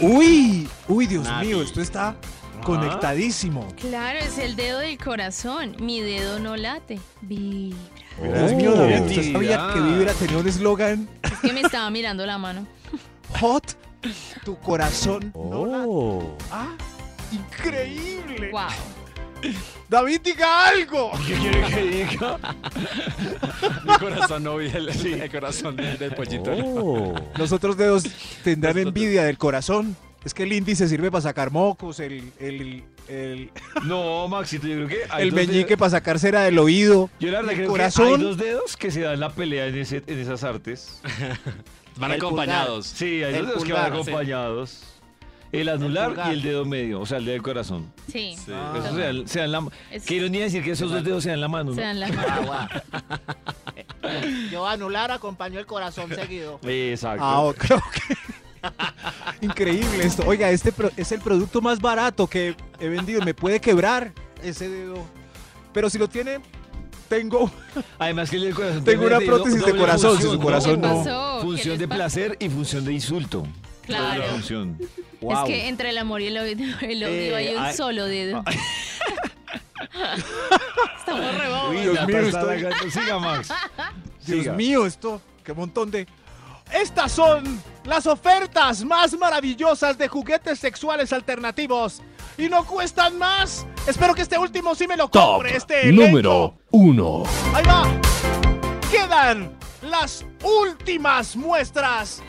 [SPEAKER 3] Uy, uy, Dios mío, esto está conectadísimo.
[SPEAKER 4] Claro, es el dedo del corazón. Mi dedo no late. Vibra.
[SPEAKER 9] Oh.
[SPEAKER 3] Dios mío, David,
[SPEAKER 2] Identidad.
[SPEAKER 3] ¿usted sabía que Vibra tenía un eslogan
[SPEAKER 4] Es que me estaba mirando la mano.
[SPEAKER 3] hot? Tu corazón.
[SPEAKER 10] Oh.
[SPEAKER 8] Ah, increíble.
[SPEAKER 4] Wow.
[SPEAKER 8] David, diga algo.
[SPEAKER 2] ¿Qué quiere que diga?
[SPEAKER 6] Mi corazón no vi *laughs* el, el corazón del, del pollito.
[SPEAKER 9] Oh.
[SPEAKER 3] Los otros dedos tendrán envidia del corazón. Es que el índice sirve para sacar mocos, el, el, el,
[SPEAKER 2] No, Maxito, yo creo que hay
[SPEAKER 3] el
[SPEAKER 2] dos
[SPEAKER 3] meñique
[SPEAKER 2] dedos-
[SPEAKER 3] para sacar cera del oído.
[SPEAKER 2] Yo la verdad
[SPEAKER 3] el
[SPEAKER 2] creo que
[SPEAKER 3] corazón.
[SPEAKER 2] hay dos dedos que se dan la pelea en, ese- en esas artes.
[SPEAKER 6] Van
[SPEAKER 3] El
[SPEAKER 6] acompañados.
[SPEAKER 2] Sí, hay
[SPEAKER 3] El
[SPEAKER 2] dos dedos que
[SPEAKER 3] pulgar,
[SPEAKER 2] van
[SPEAKER 3] sí.
[SPEAKER 2] acompañados. el anular y el dedo medio, o sea, el dedo del corazón.
[SPEAKER 4] Sí.
[SPEAKER 3] Ah.
[SPEAKER 2] Eso se dan- se dan la ma-
[SPEAKER 4] Es-
[SPEAKER 2] Qué ironía decir que esos dos dedos se dan la mano, ¿no?
[SPEAKER 4] Se dan la
[SPEAKER 5] Ah, *laughs* Yo anular acompañó el corazón seguido.
[SPEAKER 2] Exacto.
[SPEAKER 3] Ah, o- creo que- *laughs* Increíble esto. Oiga, este pro- es el producto más barato que he vendido. Me puede quebrar ese dedo. Pero si lo tiene, tengo.
[SPEAKER 2] Además que el del corazón.
[SPEAKER 3] Tengo
[SPEAKER 2] tiene
[SPEAKER 3] una
[SPEAKER 2] de- do-
[SPEAKER 3] prótesis de
[SPEAKER 2] doble
[SPEAKER 3] corazón, si
[SPEAKER 2] función,
[SPEAKER 3] su corazón
[SPEAKER 4] ¿Qué
[SPEAKER 3] no.
[SPEAKER 4] pasó? ¿Qué
[SPEAKER 2] Función
[SPEAKER 4] les
[SPEAKER 2] de
[SPEAKER 4] pasa?
[SPEAKER 2] placer y función de insulto.
[SPEAKER 4] Claro.
[SPEAKER 2] Doble función.
[SPEAKER 4] Es que entre el amor y el odio, el
[SPEAKER 2] Eh,
[SPEAKER 4] odio hay un
[SPEAKER 2] ay.
[SPEAKER 4] solo dedo. Estamos re bobos.
[SPEAKER 2] Uy,
[SPEAKER 3] Dios
[SPEAKER 2] la
[SPEAKER 3] mío,
[SPEAKER 2] pasada
[SPEAKER 3] estoy-
[SPEAKER 2] gato. Siga, Max.
[SPEAKER 3] Dios
[SPEAKER 2] Siga.
[SPEAKER 3] mío, esto. Qué montón de.
[SPEAKER 8] Estas son las ofertas más maravillosas de juguetes sexuales alternativos. Y no cuestan más. Espero que este último sí me lo
[SPEAKER 9] Top
[SPEAKER 8] compre. Este
[SPEAKER 9] número uno.
[SPEAKER 8] elenco. Ahí va. Quedan las últimas muestras.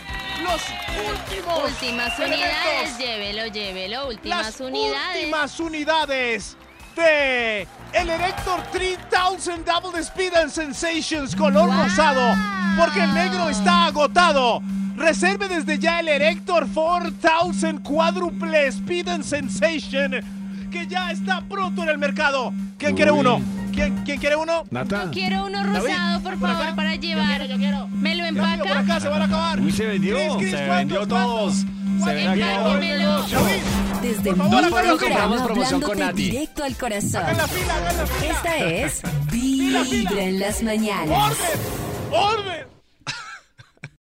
[SPEAKER 8] Los últimos.
[SPEAKER 4] Últimas
[SPEAKER 8] elementos,
[SPEAKER 4] unidades, llévelo, llévelo. Últimas
[SPEAKER 8] las
[SPEAKER 4] unidades.
[SPEAKER 8] últimas unidades de el Erector 3000 Double Speed and Sensations color rosado, porque el negro está agotado. Reserve desde ya el Erector 4000 Quadruple Speed and Sensation, que ya está pronto en el mercado. ¿Quién quiere
[SPEAKER 2] Uy.
[SPEAKER 8] uno? ¿Quién, quién quiere uno?
[SPEAKER 2] Nata.
[SPEAKER 4] Quiero uno
[SPEAKER 8] David,
[SPEAKER 4] rosado, por
[SPEAKER 8] por
[SPEAKER 4] favor,
[SPEAKER 8] acá.
[SPEAKER 4] para llevar.
[SPEAKER 8] quiero, yo quiero.
[SPEAKER 4] ¿Me lo
[SPEAKER 8] Dios mío, por
[SPEAKER 4] empaca?
[SPEAKER 8] acá se van a acabar.
[SPEAKER 2] Uy, se vendió.
[SPEAKER 8] Cris, Cris,
[SPEAKER 2] Se
[SPEAKER 8] ¿cuántos,
[SPEAKER 2] vendió
[SPEAKER 8] cuántos?
[SPEAKER 2] todos. Se
[SPEAKER 8] ¿Cuántos?
[SPEAKER 2] vendió.
[SPEAKER 4] Empaquémelo.
[SPEAKER 8] David,
[SPEAKER 1] Desde
[SPEAKER 8] Por favor,
[SPEAKER 1] muy
[SPEAKER 8] acá lo
[SPEAKER 1] temprano
[SPEAKER 8] compramos,
[SPEAKER 11] promoción
[SPEAKER 1] hablándote
[SPEAKER 11] con Nati.
[SPEAKER 1] directo al corazón.
[SPEAKER 8] hagan la fila, hagan la fila.
[SPEAKER 1] Esta es Vibra en las mañanas.
[SPEAKER 8] ¡Orden! ¡Orden!